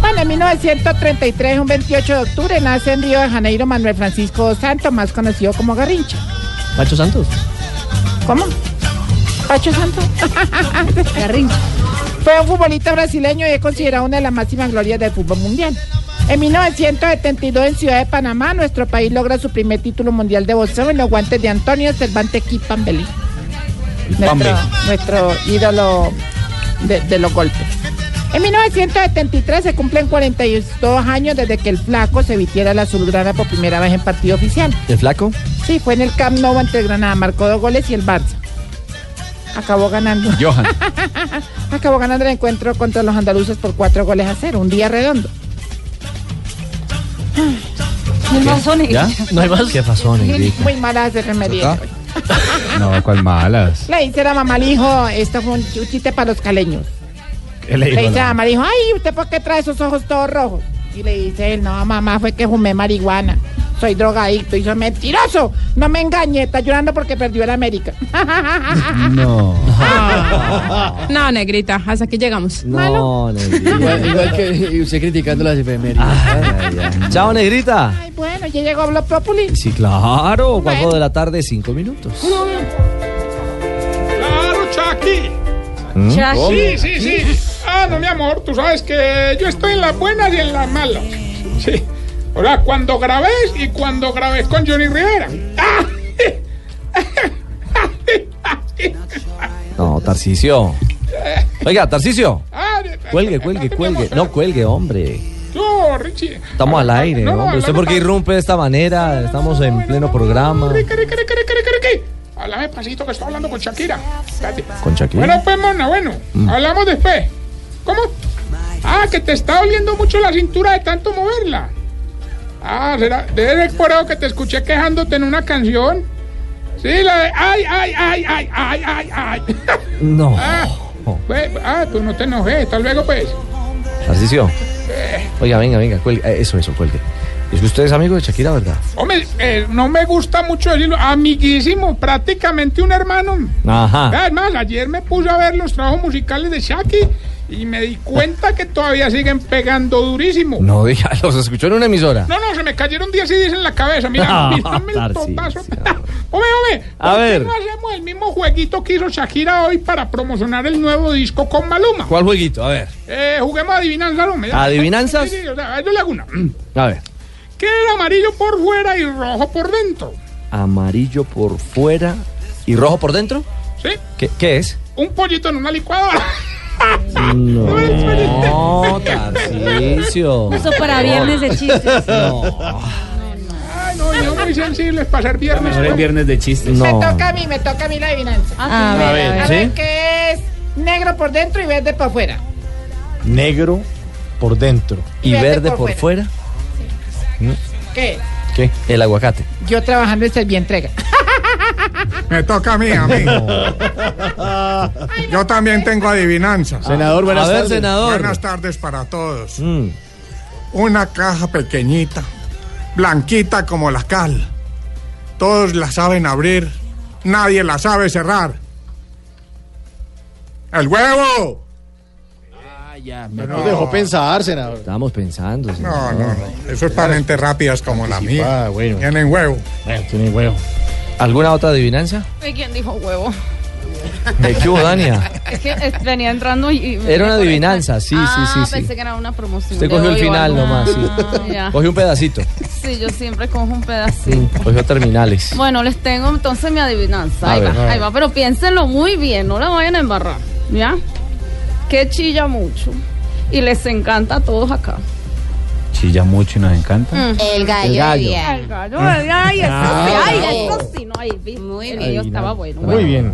S21: Bueno, en 1933, un 28 de octubre, nace en Río de Janeiro Manuel Francisco dos Santos, más conocido como Garrincha.
S3: Pacho Santos.
S21: ¿Cómo? Pacho Santos. Garrincha. Fue un futbolista brasileño y es considerado una de las máximas glorias del fútbol mundial. En 1972, en Ciudad de Panamá, nuestro país logra su primer título mundial de boxeo en los guantes de Antonio Cervantes Kipambeli. Nuestro, nuestro ídolo de, de los golpes. En 1973 se cumplen 42 años desde que el flaco se vistiera la azulgrana por primera vez en partido oficial.
S3: ¿El flaco?
S21: Sí, fue en el Camp Nou ante el Granada, marcó dos goles y el Barça. Acabó ganando.
S4: Johan.
S21: Acabó ganando el encuentro contra los andaluces por cuatro goles a cero, un día redondo.
S13: Ah,
S8: No hay más sones.
S12: ¿Ya?
S3: No hay más. ¿Qué pasó,
S21: Muy malas de remedio.
S12: No, cuál malas.
S21: Le dice la mamá al hijo, esto fue un ch- chiste para los caleños.
S12: ¿Qué
S21: Le
S12: le dijo?
S21: dice la
S12: la-
S21: mamá, le dijo, ay, ¿usted por qué trae esos ojos todos rojos? Y le dice él, no, mamá, fue que fumé marihuana. Soy drogadicto. Y soy mentiroso. No me engañe, está llorando porque perdió el América.
S12: No.
S9: No, negrita, hasta aquí llegamos.
S3: No, negrita.
S10: Igual, igual que y usted criticando las efemérides.
S3: Chao, negrita.
S21: Ay, bueno, ya llegó Blog Populi.
S3: Sí, claro. Cuatro de la tarde, cinco minutos.
S17: Claro, Chucky.
S3: ¿Mm?
S17: Sí, sí, sí. Ah, no, mi amor, tú sabes que yo estoy en las buenas y en las malas. Sí. O sea, cuando grabes y cuando grabes con Johnny Rivera. ¡Ah!
S3: No, Tarcicio. Oiga, Tarcicio.
S17: ¡Ah!
S3: Cuelgue, cuelgue, cuelgue. No, cuelgue, hombre.
S17: Yo, Richie. Ah,
S3: Estamos al aire, hombre. ¿Usted por qué irrumpe de esta manera? Estamos en pleno programa.
S17: Riqui, riqui, riqui, riqui, riqui, riqui. Háblame pasito que estoy hablando con Shakira. Espérate.
S3: Con
S17: Bueno,
S3: Shakira. Mm.
S17: pues, mona, bueno. Hablamos después. ¿Cómo? Ah, que te está oliendo mucho la cintura de tanto moverla. Ah, será. Debe ser por eso que te escuché quejándote en una canción. Sí, la de. ¡Ay, ay, ay, ay, ay, ay, ay!
S3: No.
S17: Ah, pues, ah, pues no te enojes. Hasta luego, pues. Eh.
S3: Tarcicio. Oiga, venga, venga, cuelgue. Eh, Eso, eso, cuelgue. Es que usted es amigo de Shakira, ¿verdad?
S17: Hombre, eh, no me gusta mucho decirlo. Amiguísimo, prácticamente un hermano.
S3: Ajá.
S17: Es más, ayer me puse a ver los trabajos musicales de Shaki y me di cuenta que todavía siguen pegando durísimo.
S3: No, diga, los escuchó en una emisora.
S17: No, no, se me cayeron 10 CDs en la cabeza. Mira,
S3: Ah,
S17: mírame el
S3: Tarcisio.
S17: topazo. Hombre, hombre,
S3: A
S17: ¿por qué
S3: ver.
S17: no hacemos el mismo jueguito que hizo Shakira hoy para promocionar el nuevo disco con Maluma?
S3: ¿Cuál jueguito? A ver.
S17: Eh, juguemos adivinanzas, hombre.
S3: ¿Adivinanzas?
S17: Sí, sí, o sea, yo le hago una. Mm.
S3: A ver.
S17: ¿Qué era amarillo por fuera y rojo por dentro?
S3: Amarillo por fuera y rojo por dentro.
S17: ¿Sí?
S3: ¿Qué, qué es?
S17: Un pollito en una licuadora.
S26: Oh,
S3: No, Tarcicio.
S8: Eso para viernes de chistes.
S17: Ay, no, yo muy sensible para ser viernes.
S37: Mejor es viernes de chistes.
S21: Me toca a mí, me toca a mí la adivinanza.
S8: A
S37: sí. ver, A ver,
S21: a
S37: ¿sí?
S21: ver, ¿qué es negro por dentro y verde por fuera?
S38: Negro por dentro.
S21: Y verde por
S3: fuera.
S21: ¿Qué es?
S3: ¿Qué? El aguacate.
S21: Yo trabajando en Servientrega.
S39: Me toca a mí, a mí. Yo también tengo adivinanza.
S38: Senador, buenas A ver, tardes. Mm. senador.
S39: Buenas tardes para todos. Una caja pequeñita, blanquita como la cal. Todos la saben abrir, nadie la sabe cerrar. ¡El huevo!
S38: Ah, No dejó pensar, senador.
S3: Estábamos pensando.
S39: No, no, no. Eso es para mentes rápidas como la mía. Tienen huevo.
S26: Eh,
S3: Tiene huevo. ¿Alguna otra adivinanza?
S40: ¿Y quién dijo huevo?
S3: Eh, ¿Qué hubo, Dania?
S40: Es que es- venía entrando y... y-
S3: Era una adivinanza, sí, sí,
S40: Ah,
S3: sí, sí.
S40: pensé que era una promoción.
S3: Usted
S40: de
S3: cogió el
S40: hoy o
S3: final
S40: algo.
S3: nomás, sí.
S40: Ah, ya.
S3: Cogió un pedacito.
S40: Sí, yo siempre cojo un pedacito.
S3: Mm, Cogió terminales.
S40: Bueno, les tengo entonces mi adivinanza.
S3: A
S40: ahí
S3: ver, a
S40: va, ahí
S3: ver.
S40: va. Pero piénsenlo muy bien, no la vayan a embarrar. ¿Ya? Que chilla mucho y les encanta a todos acá.
S38: Chilla mucho y nos encanta.
S40: El
S38: gallo El gallo. de Diana.
S40: Mm. El gallo de Diana. Ay, eso sí,
S38: Ah.
S40: ay, eso sí, no, ahí Muy bien. Yo estaba bueno.
S38: Muy bien.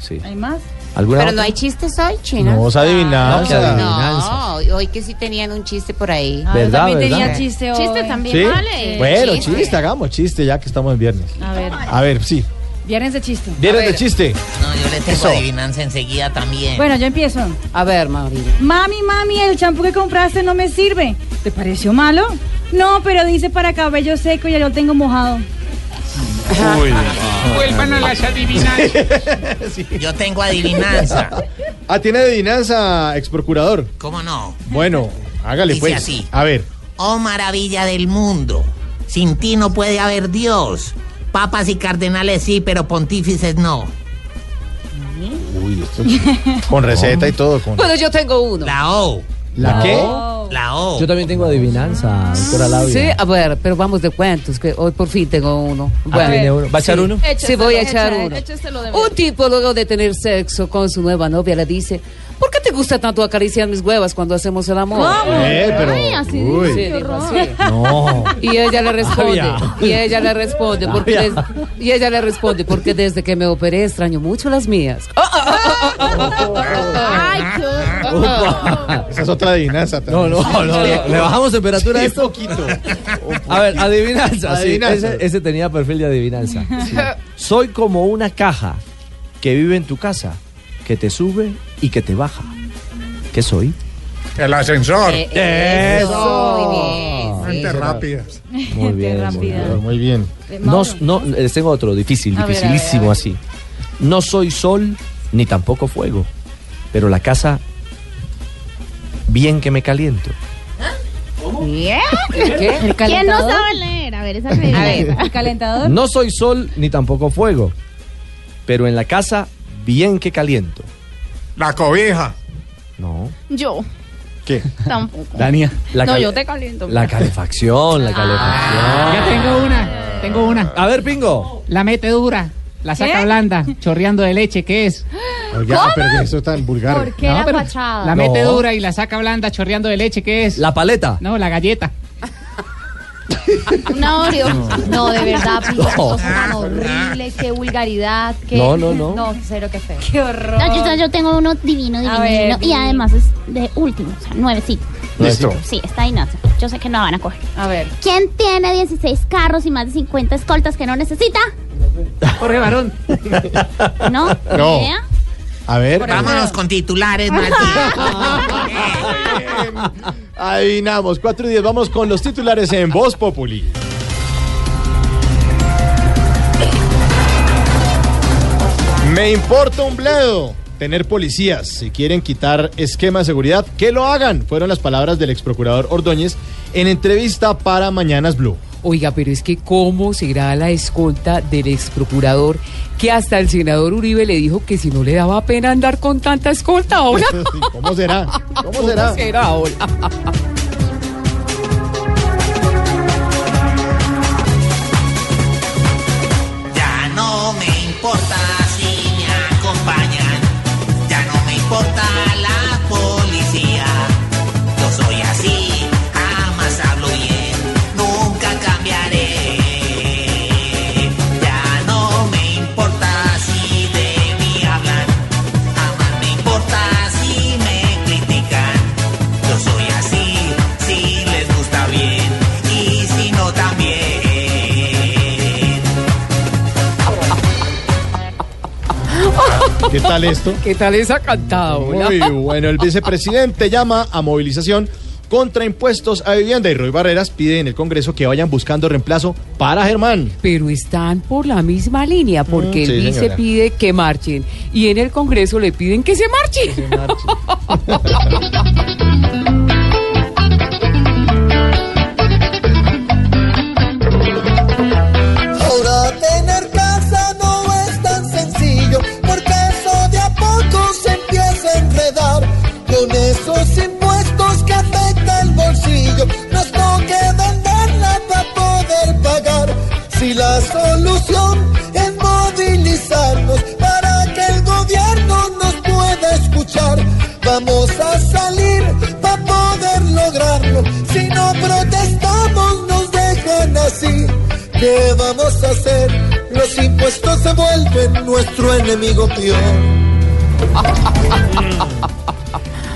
S3: Sí.
S40: ¿Hay más?
S3: ¿Alguna
S26: Pero
S3: otra?
S26: no hay chistes hoy, China.
S38: No, esa adivinanza.
S3: No, qué
S26: No, hoy que sí tenían un chiste por ahí.
S38: Ah, yo ¿Verdad, también verdad? tenía
S40: chiste hoy. Chiste también,
S38: ¿Sí?
S40: vale.
S38: Bueno,
S40: Chiste.
S38: chiste. hagamos chiste ya que estamos en viernes.
S40: A ver.
S38: A ver, sí.
S40: Viernes de chiste.
S38: Viernes de chiste.
S40: No, yo le
S26: tengo adivinanza enseguida también.
S40: Bueno, Bueno,
S8: yo empiezo.
S26: A ver, Mauri.
S8: Mami, mami, el champú que compraste no me sirve. ¿Te pareció malo? No, pero dice para cabello seco y ya lo tengo mojado.
S17: Vuelvan a las adivinanzas.
S26: Yo tengo adivinanza.
S38: Ah, tiene adivinanza, ex procurador.
S26: ¿Cómo no?
S38: Bueno, hágale
S26: Dice
S38: pues.
S26: así.
S38: A ver.
S26: Oh maravilla del mundo, sin ti no puede haber Dios. Papas y cardenales sí, pero pontífices no.
S38: Uy, esto con receta y todo. Con...
S30: Pues,
S26: Bueno, yo tengo uno. La O.
S3: ¿La qué?
S26: La O.
S3: Yo también tengo adivinanza, doctora Laura.
S30: Sí, a ver, pero vamos de cuentos, que hoy por fin tengo uno.
S3: tiene uno. ¿Va a echar
S30: sí.
S3: uno?
S30: Sí, voy a echar
S40: Échaselo,
S30: uno.
S40: échaselo de
S30: Un tipo luego de tener sexo con su nueva novia le dice, ¿por qué te gusta tanto acariciar mis huevas cuando hacemos el amor?
S40: ¿Cómo? Eh, pero- Ay, así dice,
S30: Sí,
S40: qué
S30: dijo
S40: horror.
S30: así.
S40: No.
S30: Y ella le responde, Sabia. y ella le responde, porque Sabia. des- y ella le responde, porque desde que me operé extraño mucho las mías.
S40: Ay, qué
S38: Esa es otra adivinanza.
S3: No, no, no, no. ¿Le bajamos temperatura a esto?
S38: poquito.
S3: A ver, adivinanza. Ah, sí,
S38: Adivinanza.
S3: ese, ese tenía perfil de adivinanza. Sí. Soy como una caja que vive en tu casa, que te sube y que te baja. ¿Qué soy?
S39: El ascensor. Eh,
S30: Eso.
S39: Mentes rápidas.
S3: Muy bien, muy
S30: rápida.
S3: bien.
S38: Muy bien.
S3: No, no, les tengo otro difícil,
S30: Eh, A ver, a ver,
S3: dificilísimo así. No soy sol ni tampoco fuego, pero la casa bien que me caliento.
S30: ¿Qué?
S40: ¿Eh? ¿El ¿Quién no calentador? sabe leer? A ver, esa me
S30: ¿El calentador?
S3: No soy sol ni tampoco fuego, pero en la casa bien que caliento.
S39: La cobija.
S3: No.
S40: Yo,
S38: ¿Qué?
S40: tampoco.
S3: Dania.
S40: no, yo te Ah. caliento.
S3: La calefacción, la calefacción.
S12: Ya tengo una, tengo una.
S3: A ver, Pingo.
S12: La mete dura, la saca
S40: ¿Qué?
S12: blanda, chorreando de leche, ¿qué es?
S38: Oiga,
S12: ¿Cómo?
S38: pero eso es tan vulgar.
S12: ¿Por qué No, la pero-
S40: fachada?
S12: La mete
S38: No.
S12: dura y la saca blanda, chorreando de leche, ¿qué es?
S3: La paleta.
S12: No, la galleta.
S40: Una Oreo.
S12: No.
S40: No, de verdad, Pico,
S12: No. Ah,
S40: cosa tan horrible, qué vulgaridad, qué...
S12: No, no, no.
S40: No, cero, qué feo.
S41: Qué horror. yo, yo- yo tengo uno divino, divino,
S40: ver,
S41: divino. Y
S40: divino.
S41: además es de último, o sea, nuevecito.
S38: Listo.
S41: Sí, está inapto. Yo sé que no la van a coger.
S40: A ver.
S41: ¿Quién tiene 16 carros y más de 50 escoltas que no necesita?
S12: Jorge Barón.
S41: ¿No?
S38: No.
S41: ¿Ni idea?
S38: A ver.
S26: Vámonos con titulares, Martín.
S38: Adivinamos. 4 y 10. Vamos con los titulares en Voz Populi. Me importa un bledo tener policías. Si quieren quitar esquema de seguridad, que lo hagan. Fueron las palabras del exprocurador Ordóñez en entrevista para Mañanas Blue.
S28: Oiga, pero es que cómo será la escolta del ex procurador que hasta el senador Uribe le dijo que si no le daba pena andar con tanta escolta ahora.
S38: ¿Cómo será? ¿Cómo será?
S28: ¿Cómo será ahora?
S26: Ya no me importa si me acompañan, ya no me importa la policía. Yo soy así, jamás hablo bien, nunca cambiaré. Ya no me importa si de mí hablan, jamás me importa si me critican. Yo soy así, si les gusta bien y si no también.
S38: ¿Qué tal esto?
S28: ¿Qué tal esa cantada? hola?
S38: Muy bueno, el vicepresidente llama a movilización contra impuestos a vivienda y Roy Barreras pide en el Congreso que vayan buscando reemplazo para Germán.
S28: Pero están por la misma línea, porque
S38: Mm, sí,
S28: el vice
S38: señora.
S28: pide que marchen y en el Congreso le piden que se marchen.
S4: Ahora tener casa no es tan sencillo, porque eso de a poco se empieza a enredar. Con esos impuestos que afecta el bolsillo, nos toca venderla para poder pagar. Si la solución es movilizarnos para que el gobierno nos pueda escuchar, vamos a salir para poder lograrlo. Si no protestamos, nos dejan así. ¿Qué vamos a hacer? Los impuestos se vuelven nuestro enemigo peor.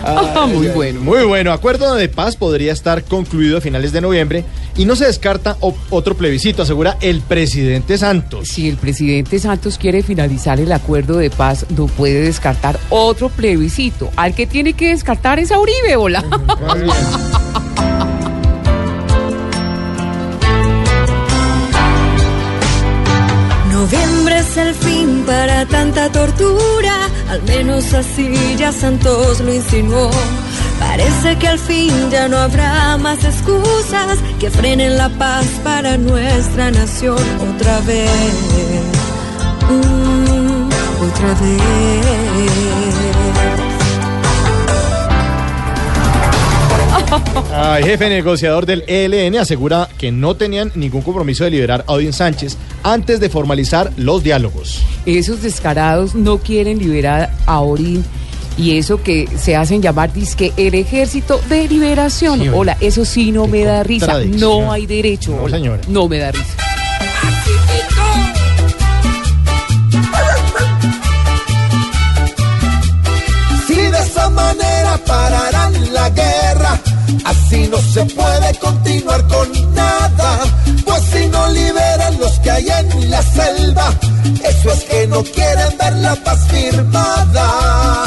S28: Ah,
S38: muy bueno. Muy bueno. Acuerdo de paz podría estar concluido a finales de noviembre y no se descarta o- otro plebiscito, asegura el presidente Santos.
S28: Si el presidente Santos quiere finalizar el acuerdo de paz, no puede descartar otro plebiscito. Al que tiene que descartar es a Uribe, hola.
S42: Noviembre es el fin para tanta tortura, al menos así ya Santos lo insinuó. Parece que al fin ya no habrá más excusas que frenen la paz para nuestra nación otra vez. Mm, otra vez.
S38: Ah, El jefe negociador del ELN asegura que no tenían ningún compromiso de liberar a Odín Sánchez antes de formalizar los diálogos.
S28: Esos descarados no quieren liberar a Orín y eso que se hacen llamar disque el ejército de liberación. hola, eso sí no me da risa.
S38: contradicción.
S28: No hay derecho.
S38: No,
S28: hola.
S38: señora.
S28: No me da risa.
S4: Si de esa manera pararán la guerra, así no se puede continuar con nada. Pues si no liberan los que hay en la selva, eso es que no quieren ver la paz firmada.